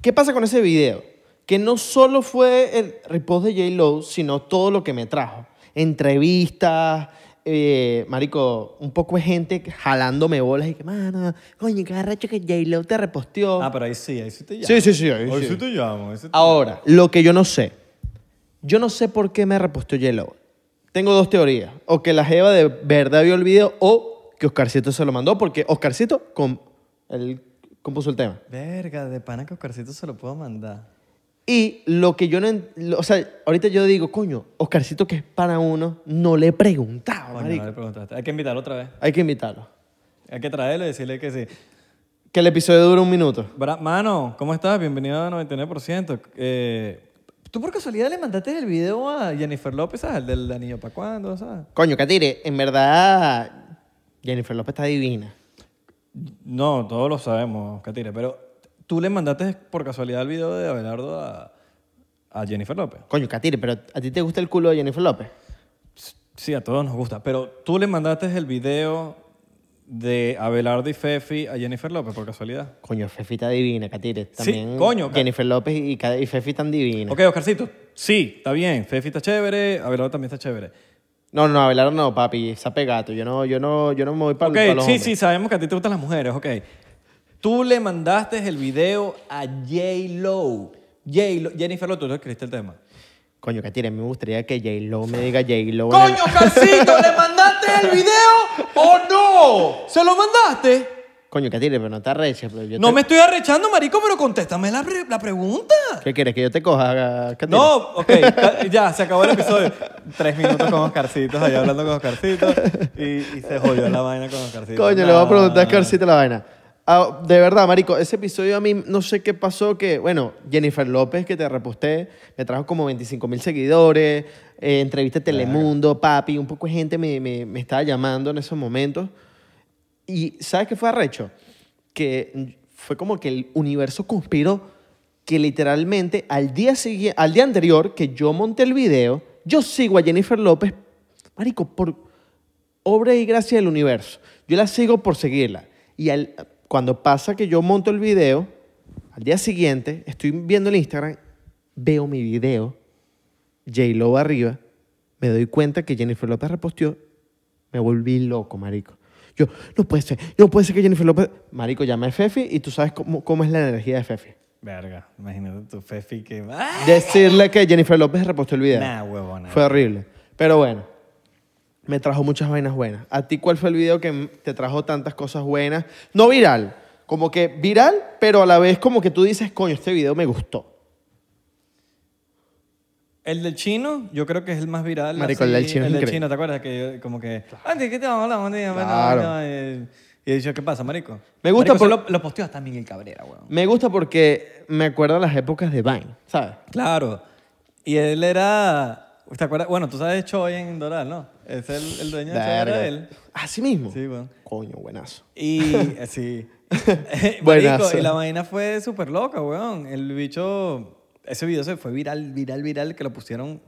S1: ¿qué pasa con ese video? Que no solo fue el repost de J-Lo, sino todo lo que me trajo. Entrevistas, eh, marico, un poco de gente jalándome bolas y que, mano, coño, qué arrecho que J-Lo te reposteó.
S2: Ah, pero ahí sí, ahí sí te llamo.
S1: Oh. Sí, sí, sí, ahí sí.
S2: te llamo. ahí sí te-
S1: Ahora, lo que yo no sé. Yo no sé por qué me reposteó Yellow. Tengo dos teorías. O que la Jeva de verdad vio el video o que Oscarcito se lo mandó porque Oscarcito com- él compuso el tema.
S2: Verga, de pana que Oscarcito se lo puedo mandar.
S1: Y lo que yo no... en- lo- o sea, ahorita yo digo, coño, Oscarcito que es para uno, no le he preguntado,
S2: Coño,
S1: Ah, marico.
S2: no le preguntaste. Hay que invitarlo otra vez.
S1: Hay que invitarlo.
S2: Hay que traerlo y decirle que sí.
S1: Que el episodio dura un minuto.
S2: Bra- Mano, ¿cómo estás? Bienvenido a 99%. Eh, ¿Tú por casualidad le mandaste el video a Jennifer López, ¿sabes? El del anillo para cuándo, ¿sabes?
S1: Coño, Catire, en verdad Jennifer López está divina.
S2: No, todos lo sabemos, Katira, pero tú le mandaste por casualidad el video de Abelardo a, a Jennifer López.
S1: Coño, Katiri, pero ¿a ti te gusta el culo de Jennifer López?
S2: Sí, a todos nos gusta, pero tú le mandaste el video de Abelardo y Fefi a Jennifer López por casualidad.
S1: Coño, Fefi está divina, Katiri. También
S2: coño, Kat-
S1: Jennifer López y, Ka- y Fefi están divinas.
S2: Ok, Oscarcito, sí, está bien, Fefi está chévere, Abelardo también está chévere.
S1: No, no, Abelardo no, papi. Sape gato. Yo no, yo no, yo no me voy para
S2: Ok,
S1: los
S2: sí,
S1: hombres.
S2: sí, sabemos que a ti te gustan las mujeres, ok. Tú le mandaste el video a J-Lo. J-Lo- Jennifer López, tú escribiste el tema.
S1: Coño, Katiri, me gustaría que J-Lo me diga J-Lo. en el-
S2: ¡Coño, Carcito! ¿Le mandaste el video o no? ¿Se lo mandaste?
S1: Coño, Katiri, pero no te arreches. pero yo
S2: No
S1: te-
S2: me estoy arrechando, marico, pero contéstame la, pre- la pregunta.
S1: ¿Qué quieres? ¿Que yo te coja, Katiri?
S2: No, ok, ta- ya, se acabó el episodio. Tres minutos con Oscarcitos, allá hablando con Oscarcitos. Y, y se jodió la vaina con Oscarcitos.
S1: Coño, le voy a preguntar a
S2: Nah.
S1: Carcita la vaina. Ah, de verdad, marico, ese episodio a mí no sé qué pasó que, bueno, Jennifer López, que te reposté, me trajo como 25 mil seguidores, eh, entrevista a Telemundo, papi, un poco de gente me, me, me estaba llamando en esos momentos. Y ¿sabes qué fue arrecho? Que fue como que el universo conspiró que literalmente al día, sigui- al día anterior que yo monté el video, yo sigo a Jennifer López, marico, por obra y gracia del universo. Yo la sigo por seguirla. Y al- cuando pasa que yo monto el video, al día siguiente estoy viendo el Instagram, veo mi video, J-Lo arriba, me doy cuenta que Jennifer López reposteó me volví loco, marico. Yo, no puede ser, no puede ser que Jennifer López... Marico, llama a Fefi y tú sabes cómo, cómo es la energía de Fefi.
S2: Verga, imagínate tu Fefi que. ¡Ah!
S1: Decirle que Jennifer López repostó el video.
S2: Nah, huevona.
S1: Fue horrible. Pero bueno, me trajo muchas vainas buenas. ¿A ti cuál fue el video que te trajo tantas cosas buenas? No viral, como que viral, pero a la vez como que tú dices, coño, este video me gustó.
S2: El del chino, yo creo que es el más viral.
S1: Marico, el del chino es
S2: El del
S1: increíble.
S2: chino, ¿te acuerdas? Que yo, como que. Antes, ¿qué te vamos a hablar? Bueno, bueno,
S1: Claro.
S2: bueno, eh, Y he dicho, ¿qué pasa, Marico?
S1: Me gusta
S2: Marico,
S1: por-
S2: eso lo, lo posteó hasta Miguel Cabrera, weón.
S1: Me gusta porque me acuerda las épocas de Vine, ¿sabes?
S2: Claro. Y él era. ¿Te acuerdas? Bueno, tú sabes Choi en Doral, ¿no? Es el, el dueño de Choi, era
S1: Verga.
S2: él.
S1: Así mismo.
S2: Sí, weón.
S1: Coño, buenazo.
S2: Y eh, sí. Marico,
S1: Buenazo.
S2: y la vaina fue súper loca, weón. El bicho, ese video se fue viral, viral, viral, que lo pusieron,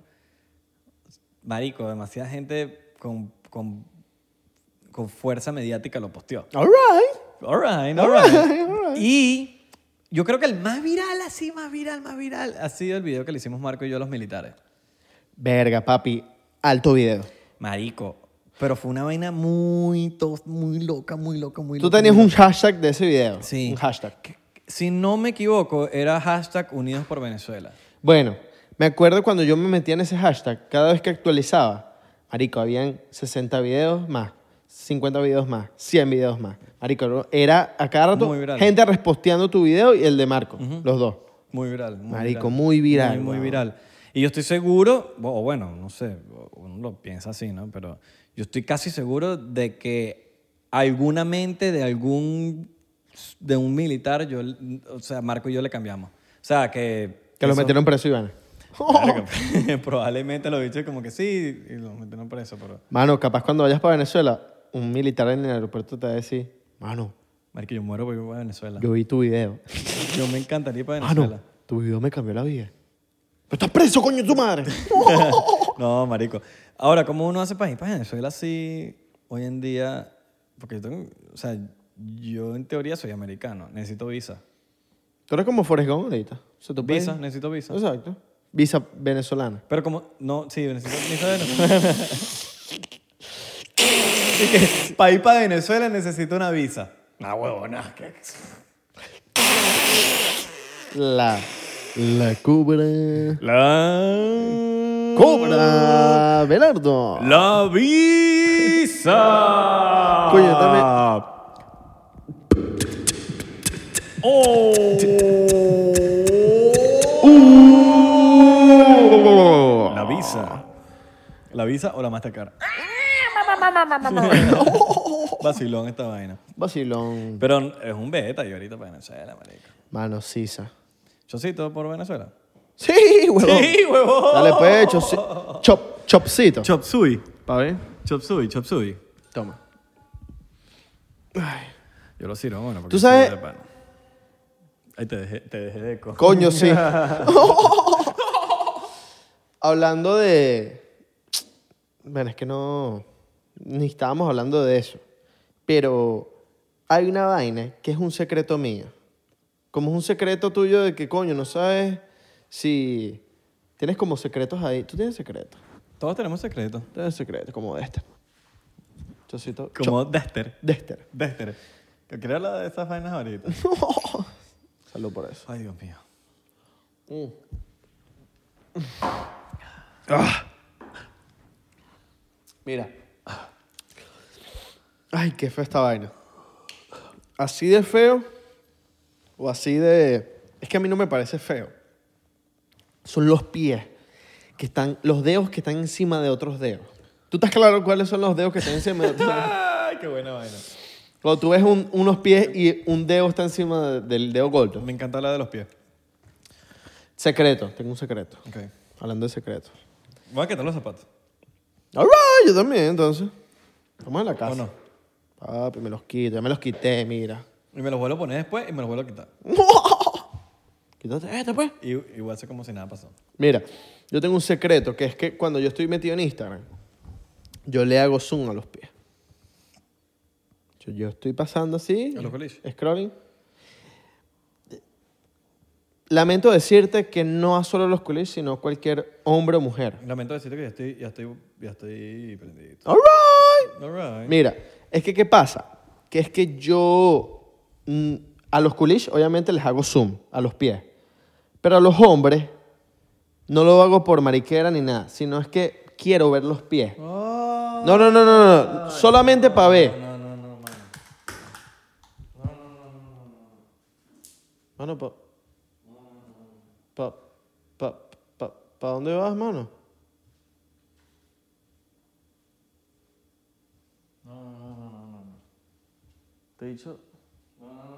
S2: marico, demasiada gente con, con, con fuerza mediática lo posteó.
S1: All right.
S2: All right, all
S1: Alright,
S2: right.
S1: alright.
S2: Y yo creo que el más viral, así, más viral, más viral, ha sido el video que le hicimos Marco y yo a los militares.
S1: Verga, papi. Alto video.
S2: Marico. Pero fue una vaina muy, tos- muy loca, muy loca, muy
S1: Tú
S2: loca.
S1: tenías
S2: muy
S1: un hashtag de ese video.
S2: Sí.
S1: Un hashtag.
S2: Si no me equivoco, era hashtag Unidos por Venezuela.
S1: Bueno, me acuerdo cuando yo me metía en ese hashtag, cada vez que actualizaba, marico, habían 60 videos más, 50 videos más, 100 videos más. Marico, era a cada rato
S2: Muy viral.
S1: gente resposteando tu video y el de Marco, los dos.
S2: Muy viral. Muy
S1: Marico, muy viral,
S2: Muy, muy
S1: weón.
S2: viral. Y yo estoy seguro, o bueno, no sé, uno lo piensa así, ¿no? Pero yo estoy casi seguro de que alguna mente de algún, de un militar, yo, o sea, Marco y yo le cambiamos. O sea, que...
S1: Que los
S2: eso-
S1: metieron preso, Iván. ¡Oh!
S2: Verga, probablemente lo bichos como que sí, y los metieron preso, pero...
S1: Mano, capaz cuando vayas para Venezuela, un militar en el aeropuerto te va a decir, mano,
S2: Marico, yo muero por ir para Venezuela. Yo,
S1: yo Ah, vi tu video.
S2: me encantaría ir para Venezuela.
S1: Mano, tu video me cambió la vida. Pero estás preso, coño, tu madre.
S2: No, marico. Ahora, ¿cómo uno hace para ir para Venezuela así hoy en día? Porque yo tengo, o sea, yo en teoría soy americano, necesito visa.
S1: Tú eres como Forrest Gump ahorita. O sea, tú puedes-
S2: Visa, necesito visa.
S1: Exacto. Visa venezolana.
S2: Pero como, no, sí, necesito visa de Venezuela. Así que, para ir para Venezuela necesito una visa.
S1: Ah,
S2: Una huevona. que-
S1: La. La cobra.
S2: La...
S1: ¡Cobra! Belardo.
S2: La visa.
S1: Coño, dame-
S2: Oh.
S1: Uh.
S2: La visa. La visa o la Mastercard. Vacilón esta vaina.
S1: Vacilón.
S2: Pero es un beta y ahorita para Venezuela, marico.
S1: Mano sisa.
S2: Yo sí, todo por Venezuela.
S1: Sí, huevón.
S2: huevón.
S1: Dale, pues, chopsi- chop, chopcito.
S2: Chop suey.
S1: Pa' ver.
S2: Chop suey, chop suey.
S1: Toma.
S3: Yo lo sirvo, bueno, porque
S1: Tú sabes-
S3: soy de pana. Ahí te dejé, te dejé de eco.
S1: Coño, sí. hablando de... Bueno, es que no... Ni estábamos hablando de eso. Pero hay una vaina que es un secreto mío. Como es un secreto tuyo de que, coño, no sabes si... Tienes como secretos ahí. Tú tienes secretos.
S2: Todos tenemos secretos.
S1: Tienes secretos, como Dexter. Yo soy todo...
S3: Como Dexter.
S1: Dexter.
S3: Dexter.
S2: Que quería hablar de esas vainas ahorita.
S1: Salud por eso.
S2: Ay, Dios mío.
S1: Mm. Ah. Mira. Ay, qué fea esta vaina. Así de feo o así de... Es que a mí no me parece feo. Son los pies que están... Los dedos que están encima de otros dedos. ¿Tú estás claro cuáles son los dedos que están encima de otros dedos?
S2: Ay, qué buena vaina.
S1: Cuando tú ves un- unos pies y un dedo está encima de- del dedo gordo.
S2: Me encanta hablar de los pies.
S1: Secreto. Tengo un secreto.
S2: Ok.
S1: Hablando de secretos.
S2: Voy a quitar los zapatos.
S1: All right, yo también, entonces. Vamos a la casa.
S2: ¿O no?
S1: Papi, me los quito. Ya me los quité, mira.
S2: Y me los vuelvo a poner después y me los vuelvo a quitar.
S1: Quítate este, pues.
S2: Y igual hace como si nada pasó.
S1: Mira, yo tengo un secreto que es que cuando yo estoy metido en Instagram, yo le hago zoom a los pies. Yo, yo estoy pasando así,
S2: A los coliches.
S1: scrolling. Lamento decirte que no a solo los culis, sino cualquier hombre o mujer.
S2: Lamento decirte que ya estoy, ya estoy, ya estoy prendidito.
S1: All right.
S2: All right.
S1: Mira, es que ¿qué pasa? Que es que yo mm, a los culish obviamente les hago zoom a los pies, pero a los hombres no lo hago por mariquera ni nada, sino es que quiero ver los pies.
S2: Oh,
S1: No, no, no, no, no, solamente para ver. No, no, no, mano. No, no, no, no, no. Mano, pa, pa, pa, pa, pa dónde vas, mano? Te he dicho.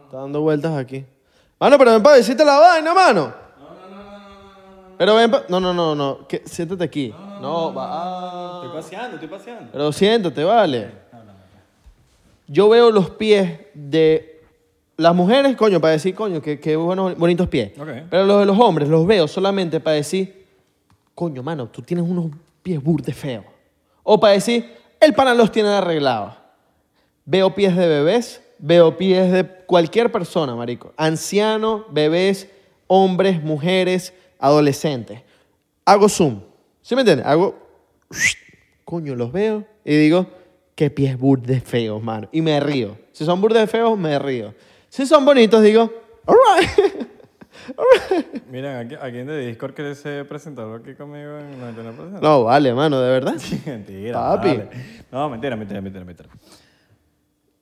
S1: Está dando vueltas aquí. Mano, pero ven para decirte la vaina, mano. Pero ven pa... No, no, no, no. que- Siéntate aquí. No, va. ah.
S2: Estoy paseando, estoy paseando.
S1: Pero siéntate, vale. Yo veo los pies de las mujeres, coño, para decir, coño, que, que buenos, bonitos pies.
S2: Ok.
S1: Pero los de los hombres los veo solamente para decir, coño, mano, tú tienes unos pies burde feos. O para decir, el pana los tiene arreglados. Veo pies de bebés, veo pies de cualquier persona, marico. Ancianos, bebés, hombres, mujeres, adolescentes. Hago zoom. ¿Sí me entiendes? Hago. Coño, los veo y digo, qué pies burdes feos, mano. Y me río. Si son burdes feos, me río. Si son bonitos, digo, all right.
S2: Miren, aquí- alguien de Discord que se presentó aquí conmigo en 99%.
S1: No, vale, mano, de verdad.
S2: mentira.
S1: Papi.
S2: vale. No, mentira, mentira, mentira, mentira.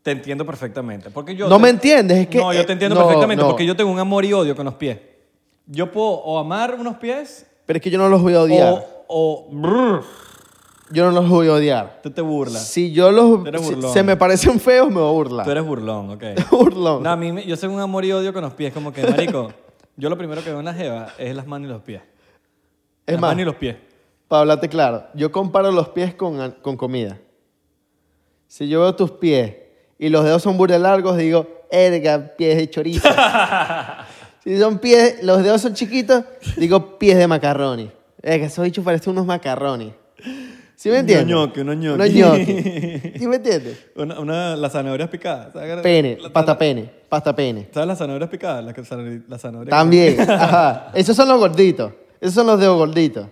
S2: Te entiendo perfectamente. Porque yo
S1: No
S2: te-
S1: me entiendes, es que-
S2: No, yo te entiendo
S1: eh, no,
S2: perfectamente
S1: no.
S2: porque yo tengo un amor y odio con los pies. Yo puedo o amar unos pies
S1: Pero es que yo no los voy a odiar.
S2: o. o brr,
S1: Yo no los voy a odiar.
S2: tú te burlas.
S1: Si yo los.
S2: Tú eres
S1: si-
S2: burlón.
S1: se me parecen feos, me voy a burlar.
S2: Tú eres burlón, ok.
S1: burlón.
S2: No, a mí me- yo soy un amor y odio con los pies. Como que, marico, yo lo primero que veo en la jeva es las manos y los pies.
S1: Es
S2: las
S1: más-
S2: manos y los pies.
S1: Para hablarte claro, yo comparo los pies con, con comida. Si yo veo tus pies y los dedos son burde largos, digo, erga, pies de chorizo. si son pies, los dedos son chiquitos, digo, pies de macarroni. Erga, esos bichos parecen unos macarroni. ¿Sí me
S2: Unos
S1: entiendes?
S2: ñoqui, unos ñoqui.
S1: Unos ñoqui. ¿Sí me entiendes?
S2: Una, una- las zanahorias picadas. ¿sabes?
S1: Pene,
S2: La-
S1: pasta pene, pasta pene.
S2: ¿Sabes las zanahorias picadas? Las, que- zana- las zanahorias
S1: También, ajá. Esos son los gorditos. Esos son los dedos gorditos.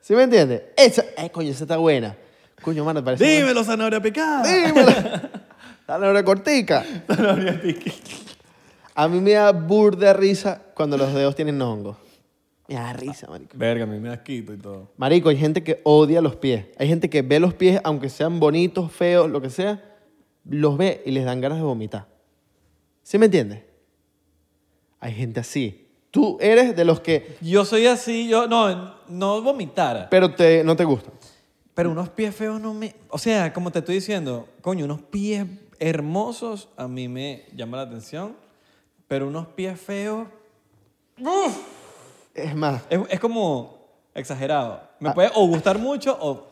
S1: ¿Sí me entiendes? Esa, eh, coño, esa está buena. Coño, mano,
S2: que-
S1: parece una-
S2: Dímelo, zanahoria picada.
S1: Dímelo. Dale una cortica.
S2: Zanahoria picada.
S1: A mí me da burda risa cuando los dedos tienen hongos. Me da risa, marico.
S2: Verga, a mí me das quito y todo.
S1: Marico, hay gente que odia los pies. Hay gente que ve los pies, aunque sean bonitos, feos, lo que sea, los ve y les dan ganas de vomitar. ¿Sí me entiendes? Hay gente así. Tú eres de los que...
S2: Yo soy así, yo no, no vomitara.
S1: Pero te, no te gusta.
S2: Pero unos pies feos no me... O sea, como te estoy diciendo, coño, unos pies hermosos a mí me llama la atención, pero unos pies feos... ¡uf!
S1: Es más,
S2: Es, es como exagerado. Me
S1: Ah.
S2: puede o gustar mucho o...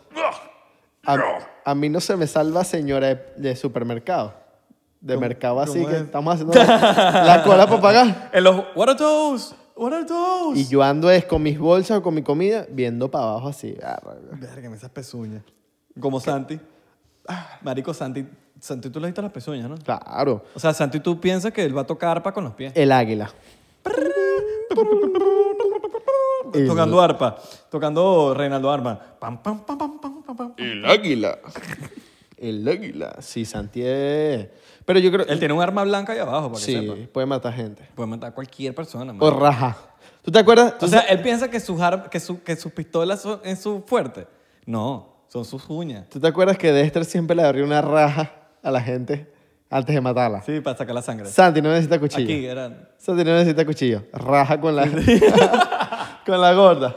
S1: a, a mí no se me salva señora de, de supermercado. de
S3: ¿Cómo-
S1: mercado así
S3: cómo
S1: que
S3: es?
S1: estamos haciendo la cola para pagar.
S3: En los, what are those? What are those?
S1: Y yo ando es con mis bolsas o con mi comida viendo para abajo así.
S3: Verga, esas pezuñas. Como Santi. Ah, Marico Santi. Santi, tú le has visto las pezuñas, ¿no?
S1: Claro.
S2: O sea, Santi, tú piensas que él va a tocar arpa con los pies.
S1: El águila. El-
S3: Tocando arpa. Tocando Reinaldo Arma. Pam, pam, pam, pam, pam, pam, pam.
S1: El águila. El águila. Sí, Santi es- Pero yo creo...
S2: Él tiene un arma blanca ahí abajo, para que
S1: sí,
S2: sepa.
S1: puede matar gente.
S2: Puede matar a cualquier persona. man.
S1: O raja. ¿Tú te acuerdas? ¿Tú
S2: O sea, él piensa que sus, ar- que su- que sus pistolas son en su fuerte. No, son sus uñas.
S1: ¿Tú te acuerdas que Dexter siempre le abrió una raja a la gente antes de matarla?
S2: Sí, para sacar la sangre.
S1: Santi no necesita cuchillo.
S2: Aquí eran.
S1: Santi no necesita cuchillo. Raja con la, con la gorda.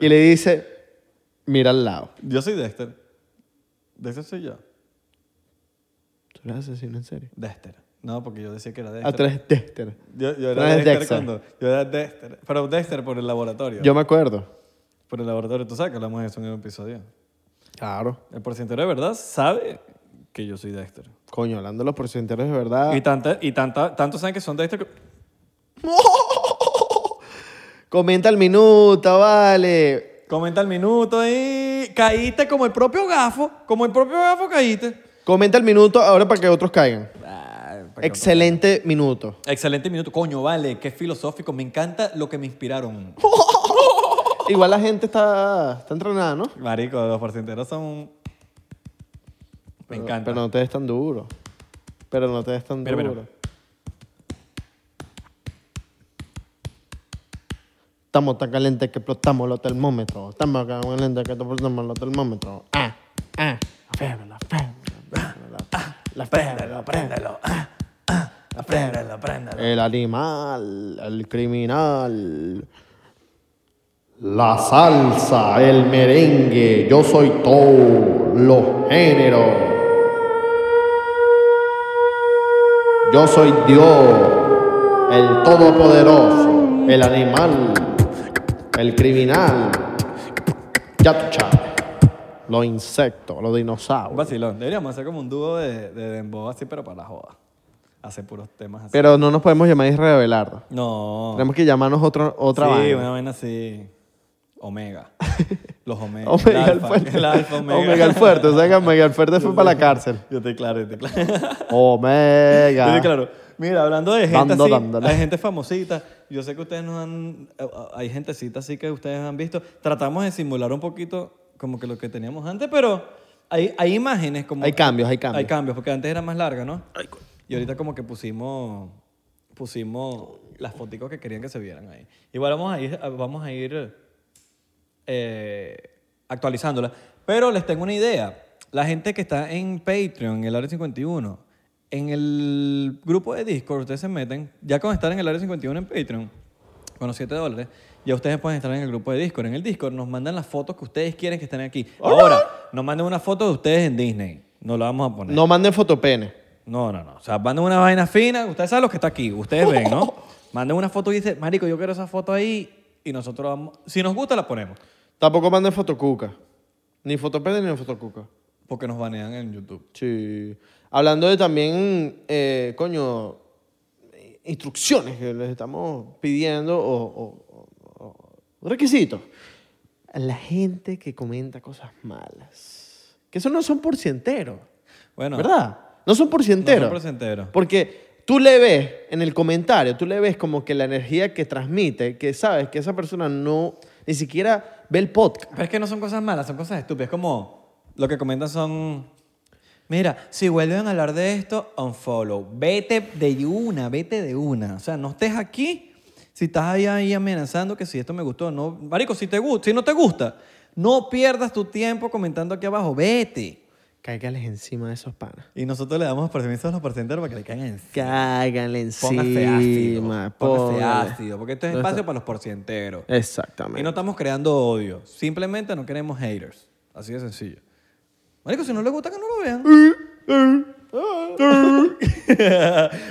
S1: y le dice, mira al lado.
S2: Yo soy Dexter. Dexter soy yo.
S1: ¿Tú eres asesino en serio?
S2: Dexter. No, porque yo decía que era Dexter.
S1: Ah, tú eres Dexter.
S2: Yo, yo
S1: tú
S2: era
S1: eres
S2: Dexter,
S1: Dexter.
S2: cuando. Yo era Dexter. Pero Dexter por el laboratorio.
S1: Yo me acuerdo.
S2: Por el laboratorio. Tú sabes que hablamos de eso en un episodio.
S1: Claro.
S2: El porcentero de verdad sabe que yo soy Dexter.
S1: Coño, hablando de los porcenteros de verdad.
S2: Y, tanta, y tanta, tanto saben que son Dexter que.
S1: Comenta el minuto, vale.
S2: Comenta el minuto ahí. Caíste como el propio gafo. Como el propio gafo caíste.
S1: Comenta el minuto ahora para que otros caigan.
S2: Ah, pa' que-
S1: Excelente minuto.
S2: Excelente minuto. Coño, vale, qué filosófico. Me encanta lo que me inspiraron.
S1: Igual la gente está, está entrenada, ¿no?
S2: Marico, los porcenteros son. Me
S1: Pero-
S2: encanta.
S1: Pero no te des tan duro. Pero no te des tan
S2: Mira, mira.
S1: duro. Estamos tan calientes que explotamos los termómetros. Estamos tan calientes que explotamos los termómetros. Ah, ah. Aférralo, aférralo, aférralo, aférralo, aférralo,
S3: Préndelo. Ah, ah, préndelo, préndelo.
S1: El animal, el criminal. La salsa, el merengue, yo soy todo, los géneros. Yo soy Dios, el todopoderoso, el animal, el criminal. Ya tú sabes, los insectos, los
S2: Un
S1: dinosaurios.
S2: Vacilón. Deberíamos hacer como un dúo de, de dembow así, pero para la joda. Hacer puros temas así.
S1: Pero no nos podemos llamar Israel Abelardo.
S2: no.
S1: Tenemos que llamarnos otro, otra
S2: sí,
S1: vaina.
S2: una vaina así. Omega. Los Omega.
S1: Omega
S2: el
S1: el
S2: alfa,
S1: fuerte.
S2: El alfa, Omega.
S1: Omega el fuerte. O sea que Omega el fuerte fue para la cárcel.
S2: Yo estoy claro, yo estoy claro.
S1: Omega.
S2: Yo digo, claro, mira, hablando de gente
S1: Dando,
S2: así,
S1: dándole.
S2: hay gente famosita. Yo sé que ustedes no han... eh, Hay gentecita así que ustedes han visto. Tratamos de simular un poquito como que lo que teníamos antes, pero hay, hay imágenes como...
S1: Hay cambios, hay cambios.
S2: Hay cambios, porque antes era más larga, ¿no? Y ahorita como que pusimos... Pusimos las fotos que querían que se vieran ahí. Igual vamos a ir... Vamos a ir eh, actualizándola. Pero les tengo una idea. La gente que está en Patreon, en el Área 51, en el grupo de Discord, ustedes se meten, ya con estar en el Área 51 en Patreon, con los 7 dólares, ya ustedes pueden estar en el grupo de Discord. En el Discord nos mandan las fotos que ustedes quieren que estén aquí. Ahora, nos manden una foto de ustedes en Disney. No la vamos a poner.
S1: No manden fotopene.
S2: No, no, no. O sea, manden una vaina fina. Ustedes saben lo que está aquí. Ustedes ven, ¿no? Manden una foto y dicen, marico, yo quiero esa foto ahí. Y nosotros vamos... Si nos gusta, la ponemos.
S1: Tampoco manden fotocuca. Ni fotopene ni fotocuca.
S2: Porque nos banean en YouTube.
S1: Sí. Hablando de también, eh, coño, instrucciones que les estamos pidiendo o, o- o- o requisitos. A la gente que comenta cosas malas. Que eso no son porcienteros.
S2: Bueno,
S1: ¿Verdad? No son porcienteros.
S2: No son porcienteros.
S1: Porque tú le ves en el comentario, tú le ves como que la energía que transmite, que sabes que esa persona no ni siquiera ve el podcast.
S2: Pero es que no son cosas malas, son cosas estúpidas. Como lo que comentan son. Mira, si vuelven a hablar de esto, unfollow. Vete de una, vete de una. O sea, no estés aquí si estás ahí, ahí amenazando que si esto me gustó. No, marico, si, te gusta, si no te gusta, no pierdas tu tiempo comentando aquí abajo. Vete.
S1: Cáigales encima de esos panas.
S2: Y nosotros le damos permiso a los porcenteros para que le caigan encima.
S1: Cáigale encima.
S2: Póngase ácido. Póngase
S1: póngale.
S2: ácido. Porque esto es espacio para los porcienteros.
S1: Exactamente.
S2: Y no estamos creando odio. Simplemente no queremos haters. Así de sencillo. Marico, si no les gusta que no lo vean.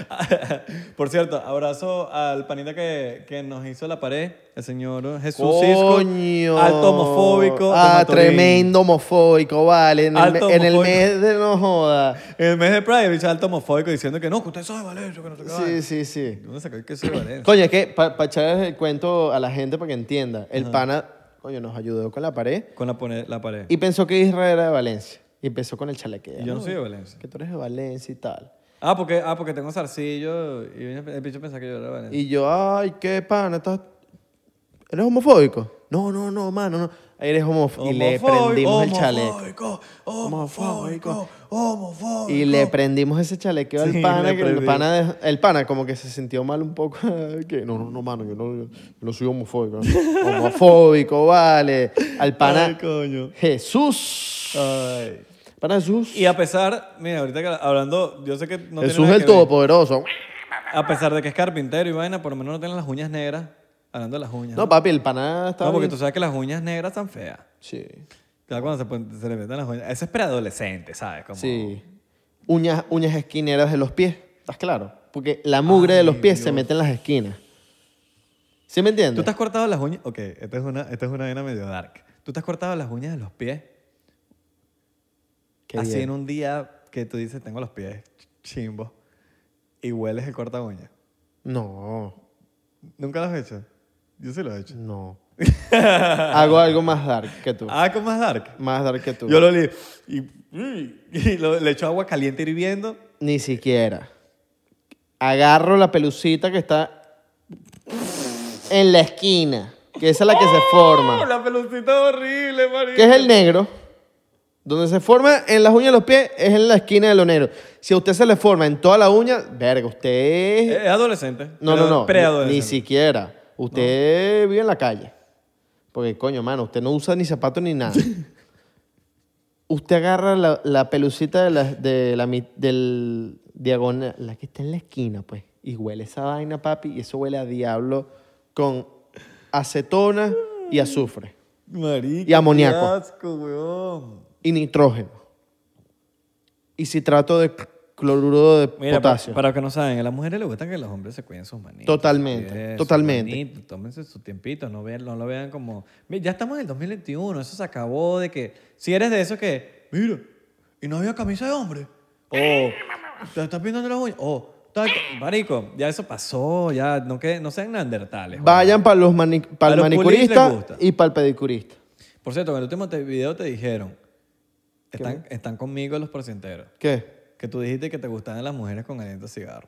S2: Por cierto, abrazo al panita que, que nos hizo la pared, el señor Jesús Cisco.
S1: Coño.
S2: Alto homofóbico.
S1: Ah,
S2: Tomatolín.
S1: tremendo homofóbico, vale. En el,
S2: Alto
S1: me- en el
S2: homofóbico.
S1: mes de no joda.
S2: En el mes de Pride, el bicho alto homofóbico diciendo que no, que usted sabe Valerio, que no
S1: Sí,
S2: te
S1: sí, sí.
S2: ¿Dónde sacó que soy Valerio?
S1: Coño, es que para echar el cuento a la gente para que entienda, el pana, coño, nos ayudó con la pared
S2: Con la, pone- la pared.
S1: y pensó que Israel era de Valencia. Y empezó con el chalequeo.
S2: Y yo no soy de Valencia.
S1: Que tú eres de Valencia y tal.
S2: Ah, porque, ah, porque tengo zarcillo y el bicho pensaba que yo era de Valencia.
S1: Y yo, ay, qué pana, estás... ¿Eres homofóbico? No, no, no, mano, no. Eres homofóbico. Y le
S2: Homofóbico,
S1: prendimos el chaleco.
S2: Homofóbico, homofóbico, homofóbico.
S1: Y le prendimos ese chalequeo al
S2: Sí,
S1: pana,
S2: le
S1: que el
S2: prendimos.
S1: pana, de- el pana como que se sintió mal un poco. que, no, no, no, mano, yo no, yo no soy homofóbico. homofóbico, vale. Al pana
S2: Ay, coño.
S1: Jesús.
S2: Ay.
S1: Pana Jesús.
S2: Y a pesar, mira, ahorita que hablando, yo sé que no tiene
S1: Jesús
S2: nada
S1: el
S2: que ver.
S1: Todopoderoso.
S2: A pesar de que es carpintero y vaina, por lo menos no tiene las uñas negras. Hablando de las uñas.
S1: No, papi, el pana está
S2: No, porque
S1: bien.
S2: tú sabes que las uñas negras están feas.
S1: Sí.
S2: Ya cuando se, pon- se le meten las uñas. Eso es preadolescente, ¿sabes? Como...
S1: Sí. Uñas, uñas esquineras de los pies. ¿Estás claro? Porque la mugre de los pies se mete en las esquinas. ¿Sí me entiendes?
S2: ¿Tú te has cortado las uñas? Ok, esta es una, esta es una vaina medio dark. ¿Tú te has cortado las uñas de los pies?
S1: Qué
S2: así
S1: bien.
S2: en un día que tú dices, tengo los pies chimbos y hueles el corta uña.
S1: No,
S2: ¿Nunca lo has hecho? Yo sí lo he hecho.
S1: no. Hago algo más dark que tú.
S2: Ah, ¿cómo es dark?
S1: Más dark que tú.
S2: Yo lo olí y, mm, y lo- le echo agua caliente hirviendo.
S1: Ni siquiera. Agarro la pelucita que está en la esquina, que esa es la que se
S2: ¡Oh,
S1: forma,
S2: la pelucita horrible, marico!
S1: que es el negro. Donde se forma en las uñas de los pies es en la esquina de lo negro. Si a usted se le forma en toda la uña, verga, usted...
S2: Es adolescente.
S1: no, no,
S2: Eh, pero
S1: no. Ni, ni
S2: Preadolescente.
S1: siquiera. Usted vive en la calle. Porque, coño, mano, usted no usa ni zapatos ni nada. usted agarra la, la pelucita de la, de la mi- del diagonal, la que está en la esquina, pues, y huele esa vaina, papi, y eso huele a diablo con acetona y azufre
S2: Marico,
S1: Y amoníaco.
S2: qué asco, weón.
S1: y nitrógeno. Y citrato de cloruro de
S2: Mira, pa-
S1: potasio.
S2: para, los que no saben, a las mujeres les gusta que los hombres se cuiden sus manitos.
S1: Totalmente,
S2: sus pies,
S1: totalmente.
S2: sus manitos, tómense su tiempito, no, vean, no lo vean como... "Mira, Ya estamos en el 2021, eso se acabó de que... Si eres de esos que... Mira, y no había camisa de hombre. O... Te estás pintando las uñas. O... tal- Marico, ya eso pasó, ya no, que, no sean neandertales. joder.
S1: Vayan para los mani- pa'l
S2: A los pulis les
S1: manicurista
S2: gusta.
S1: y para el pedicurista.
S2: Por cierto, en el último te- video te dijeron... Están, están conmigo los porcenteros.
S1: ¿Qué?
S2: Que tú dijiste que te gustaban las mujeres con aliento a cigarro.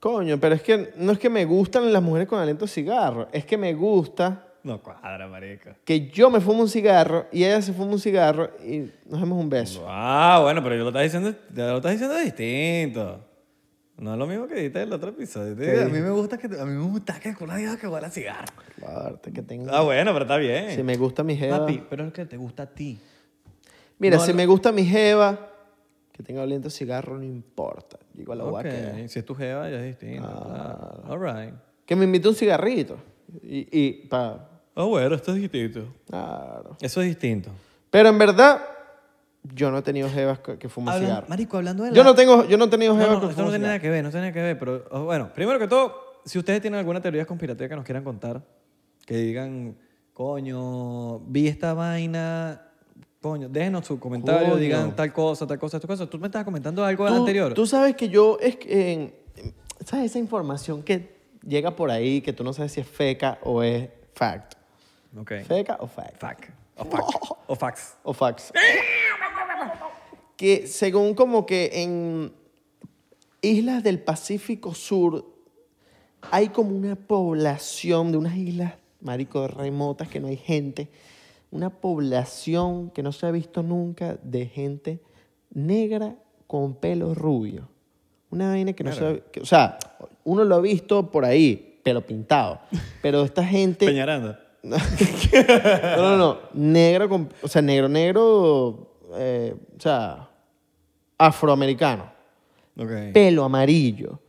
S1: Coño, pero es que no es que me gustan las mujeres con aliento a cigarro, es que me gusta
S2: No cuadra, marico.
S1: que yo me fumo un cigarro y ella se fuma un cigarro y nos damos un beso.
S2: Ah, bueno, pero yo lo estás diciendo, ya lo estás diciendo distinto. No es lo mismo que dijiste en el otro episodio. Te digo, A mí me gusta que a mí me gusta que con una vieja que huele a cigarro.
S1: Claro, que tengo.
S2: Ah, bueno, pero está bien.
S1: Si me gusta mi jeva.
S2: Papi, pero es que te gusta a ti.
S1: Mira,
S2: no,
S1: si
S2: no.
S1: me gusta mi jeva, que tenga aliento a cigarro no importa. Digo a la
S2: Ok,
S1: guaca.
S2: si es tu jeva ya es distinto.
S1: Ah.
S2: claro. All right.
S1: Que me invite un cigarrito. Y, y pa,
S2: Ah, bueno, esto es distinto.
S1: claro.
S2: Eso es distinto.
S1: Pero en verdad, yo no he tenido jevas que, que fuman
S2: Hablan-
S1: cigarro.
S2: marico, hablando de la...
S1: Yo no tengo, yo no he tenido jevas
S2: No, no,
S1: que
S2: esto no
S1: fuman
S2: tiene
S1: cigarro.
S2: nada que ver, no tiene nada que ver, pero oh, bueno, primero que todo, si ustedes tienen alguna teoría conspirativa que nos quieran contar, que digan, coño, vi esta vaina, coño, déjenos su comentario,
S1: Coño.
S2: digan tal cosa, tal cosa, tal cosa. Tú me estabas comentando algo
S1: Tú-
S2: anterior.
S1: Tú sabes que yo, es que, en- ¿sabes esa información que llega por ahí que tú no sabes si es feca o es fact?
S2: Ok.
S1: ¿Feca o fact?
S2: Fuck. O fax. O fax.
S1: O fax. que según como que en islas del Pacífico Sur hay como una población de unas islas, marico, remotas que no hay gente, una población que no se ha visto nunca de gente negra con pelo rubio. Una vaina que no se ha, que- o sea, uno lo ha visto por ahí, pelo pintado, pero esta gente
S2: Peñaranda.
S1: no, no, no. Negro, con, o sea, negro, negro, eh, o sea, afroamericano.
S2: Ok.
S1: Pelo amarillo.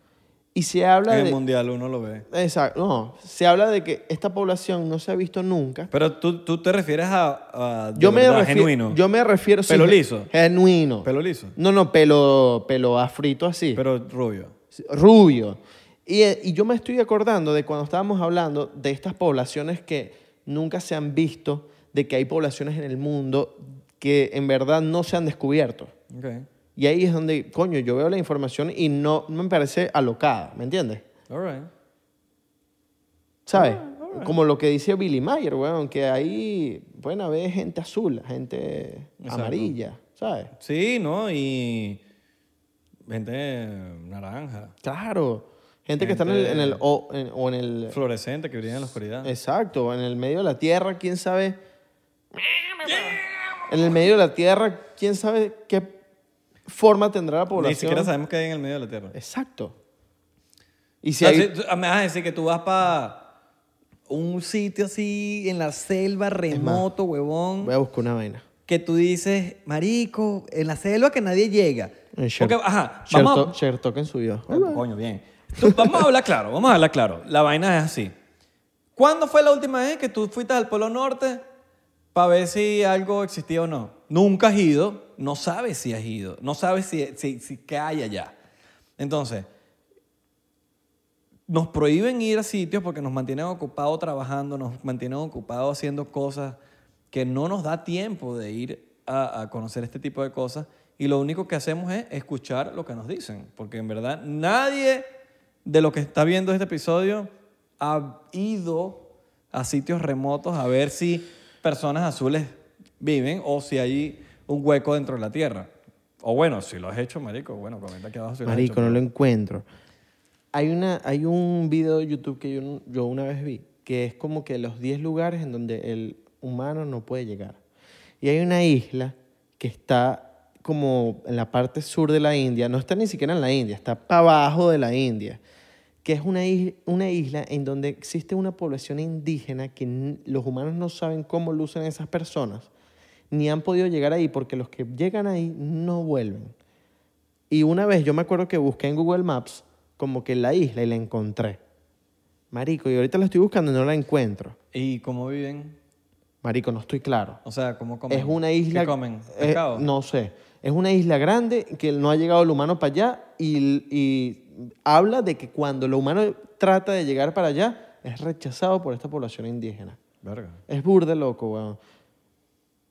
S1: Y se habla
S2: En
S1: de...
S2: el mundial uno lo ve.
S1: Exacto, no. Se habla de que esta población no se ha visto nunca.
S2: Pero tú, tú te refieres a, a de
S1: Yo me,
S2: verdad,
S1: refiero,
S2: genuino.
S1: yo me refiero...
S2: Pelo liso.
S1: Genuino.
S2: Pelo liso.
S1: No, no, pelo, pelo afrito así.
S2: Pero rubio.
S1: rubio. Y, eh, y yo me estoy acordando de cuando estábamos hablando de estas poblaciones que nunca se han visto, de que hay poblaciones en el mundo que en verdad no se han descubierto.
S2: Ok.
S1: Y ahí es donde, coño, yo veo la información y no no me parece alocada, ¿me entiendes?
S2: All right.
S1: ¿Sabes? Como lo que dice Billy Mayer, weón, que ahí pueden haber gente azul, gente
S2: Exacto.
S1: amarilla, ¿sabes?
S2: Sí, ¿no? Y gente naranja,
S1: Claro, gente, que está en el, en el- o, en- o en el
S2: fluorescente que brilla en la oscuridad.
S1: Exacto, en el medio de la tierra, quién sabe. En el medio de la tierra, quién sabe qué forma tendrá la población.
S2: Ni siquiera sabemos qué hay en el medio de la Tierra.
S1: Exacto. Y si
S2: Ah,
S1: hay.
S2: sí, tú- ah, me vas a decir que tú vas para un sitio así en la selva, remoto, huevón,
S1: Voy a buscar una vaina.
S2: que tú dices, marico, en la selva que nadie llega.
S1: En Sher-
S2: Porque, ajá, vamos, a-
S1: Sherto- Shertoken subió.
S2: Coño, bien. Tú- vamos a hablar claro, vamos a hablar claro. La vaina es así. ¿Cuándo fue la última vez que tú fuiste al Polo Norte para ver si algo existía o no? Nunca has ido, no sabes si has ido, no sabes si, si, si qué hay allá. Entonces, nos prohíben ir a sitios porque nos mantienen ocupados trabajando, nos mantienen ocupados haciendo cosas que no nos da tiempo de ir a, a conocer este tipo de cosas y lo único que hacemos es escuchar lo que nos dicen, porque en verdad nadie de lo que está viendo este episodio ha ido a sitios remotos a ver si personas azules viven o si hay un hueco dentro de la tierra. O bueno, si lo has hecho, marico, bueno, comenta aquí abajo si
S1: Marico,
S2: lo
S1: no
S2: has hecho.
S1: lo encuentro. Hay, una, hay un video de YouTube que yo, yo una vez vi, que es como que los 10 lugares en donde el humano no puede llegar. Y hay una isla que está como en la parte sur de la India, no está ni siquiera en la India, está para abajo de la India, que es una isla, una isla en donde existe una población indígena que n- los humanos no saben cómo lucen esas personas, ni han podido llegar ahí porque los que llegan ahí no vuelven. Y una vez yo me acuerdo que busqué en Google Maps como que la isla y la encontré. Marico, y ahorita la estoy buscando y no la encuentro.
S2: ¿Y cómo viven?
S1: Marico, no estoy claro.
S2: O sea, ¿cómo comen?
S1: Es una isla...
S2: ¿Qué comen?
S1: eh,
S2: ¿Pescado?
S1: no sé. Es una isla grande que no ha llegado el humano para allá y, y habla de que cuando el humano trata de llegar para allá es rechazado por esta población indígena.
S2: Verga.
S1: Es burde loco, weón.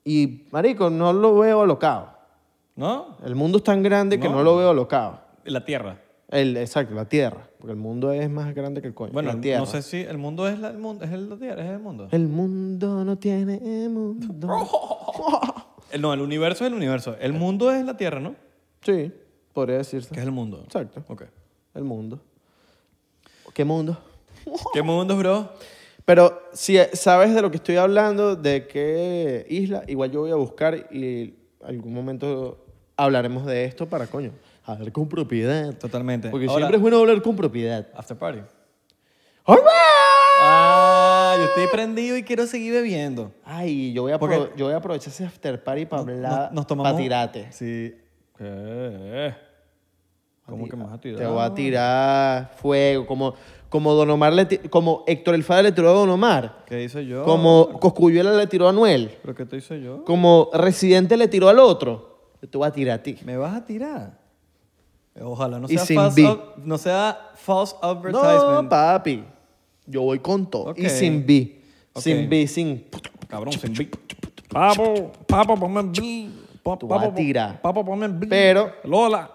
S1: Y, marico, no lo veo alocado.
S2: ¿No?
S1: El mundo es tan grande que
S2: No.
S1: no lo veo alocado.
S2: La tierra.
S1: El, exacto, la Tierra. Porque el mundo es más grande que el coño.
S2: Bueno,
S1: la tierra.
S2: no sé si el mundo es la, el mundo, es el- la tierra, es el mundo.
S1: El mundo no tiene mundo.
S2: El- no, el universo es el universo. El mundo es la tierra, ¿no?
S1: Sí, podría decirse.
S2: Que es el mundo.
S1: Exacto.
S2: Ok.
S1: El mundo. ¿Qué mundo?
S2: ¿Qué mundo, bro?
S1: Pero si sabes de lo que estoy hablando, de qué isla, igual yo voy a buscar y algún momento hablaremos de esto para coño. Hablar con propiedad.
S2: Totalmente.
S1: Porque
S2: Ahora,
S1: siempre es bueno hablar con propiedad.
S2: After party.
S1: ¡All right!
S2: Ah, yo estoy prendido y quiero seguir bebiendo.
S1: Ay, yo voy, a
S2: Porque-
S1: apro- yo voy a aprovechar ese after party para hablar,
S2: Nos, nos tomamos.
S1: para tirarte.
S2: Sí. ¿Qué? ¿Cómo que me vas a tirar?
S1: Te voy a tirar fuego, como, como Don Omar le ti- como Héctor El Fadel le tiró a Don Omar,
S2: ¿Qué hice yo?
S1: como Coscuyuela le tiró a Anuel,
S2: ¿Pero qué te hice yo?
S1: como Residente le tiró al otro. Yo te voy a tirar a ti.
S2: ¿Me vas a tirar? Ojalá no
S1: Y
S2: sea,
S1: sin
S2: false,
S1: beat.
S2: ad- no sea false advertisement.
S1: No, papi. Yo voy con todo.
S2: Ok.
S1: Y sin B.
S2: Ok.
S1: Sin B, sin...
S2: Cabrón, sin beat. Papo, papo, ponme en beat. Pa-
S1: Tú vas a
S2: papo,
S1: tirar.
S2: Papo, ponme en beat.
S1: Pero-
S2: Lola.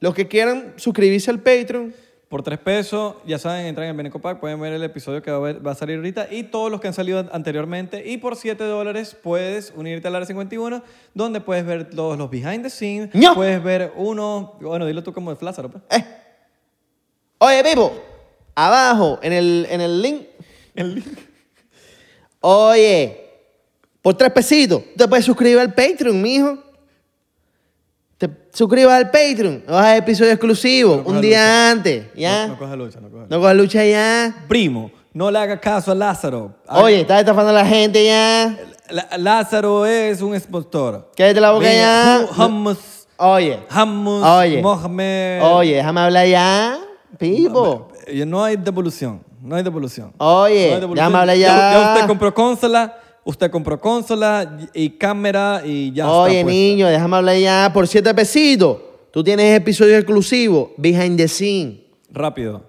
S1: Los que quieran suscribirse al Patreon.
S2: Por tres pesos, ya saben, entran en Beneco Pack, pueden ver el episodio que va a, ver- va a salir ahorita y todos los que han salido an- anteriormente. Y por 7 dólares puedes unirte al área 51, donde puedes ver todos los behind the scenes.
S1: ¡Ño!
S2: Puedes ver uno, bueno, dilo tú como de Flázaro, pues.
S1: Eh. Oye, Pipo. Abajo, en el, en el link.
S2: El link.
S1: Oye, por tres pesitos, te puedes suscribir al Patreon, mijo. Te suscribas al Patreon, no vas a episodio exclusivo,
S2: cojas
S1: un día
S2: lucha.
S1: antes, ¿ya?
S2: No,
S1: No,
S2: no coja lucha, no coja lucha.
S1: cojas lucha ya.
S2: Primo, no le haga caso a Lázaro. A-
S1: Oye, estás estafando a la gente ya.
S2: La- Lázaro es un expostor.
S1: Cállate la boca
S2: Ve-
S1: ya.
S2: Hummus,
S1: Oye,
S2: hummus,
S1: oye,
S2: Mohamed.
S1: oye, déjame hablar ya. Pipo.
S2: Eh, No hay devolución, no hay devolución.
S1: Oye, llámale ya.
S2: Ya, usted compró consola, usted compró consola y y cámara y ya
S1: Oye,
S2: está. pues. puesta.
S1: niño, déjame hablar ya. Por siete pesitos, tú tienes episodio exclusivo, behind the scene.
S2: Rápido.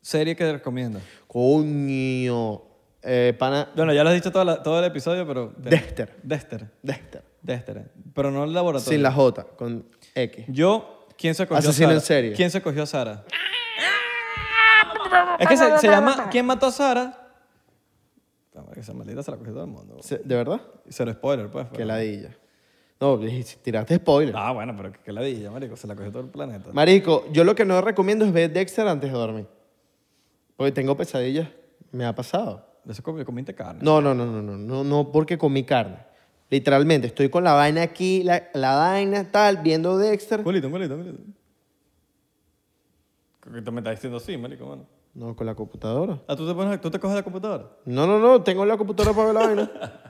S2: Serie que recomiendo.
S1: Coño. Eh, pana.
S2: Bueno, ya lo has dicho toda la- todo el episodio, pero...
S1: Dexter.
S2: Dexter.
S1: Dexter.
S2: Dexter. eh. Pero no el laboratorio.
S1: Sin la J, con X.
S2: Yo, ¿quién se cogió
S1: Asesino
S2: a Sara?
S1: en serie.
S2: ¿Quién se cogió a Sara? es que se, se llama ¿Quién mató a Sara? Vamos, que Esa maldita se la cogió todo el mundo.
S1: Se- ¿De verdad?
S2: Cero spoiler, pues.
S1: Qué
S2: pero-
S1: ladilla. No, dijiste- tiraste spoiler.
S2: Ah, bueno, pero que la dije, marico, se la cogió todo el planeta.
S1: Marico, yo lo que no recomiendo es ver Dexter antes de dormir. Porque tengo pesadillas. Me ha pasado.
S2: De eso com- comiste carne.
S1: No, no, no, no, no, no, no, porque comí carne. Literalmente, estoy con la vaina aquí, la, la vaina tal, viendo Dexter.
S2: Culito, culito, culito. Creo que tú me estás diciendo sí, marico, mano.
S1: No, con la computadora.
S2: Ah, ¿tú te, pones, tú te coges la computadora.
S1: No, no, no, tengo la computadora para ver la vaina.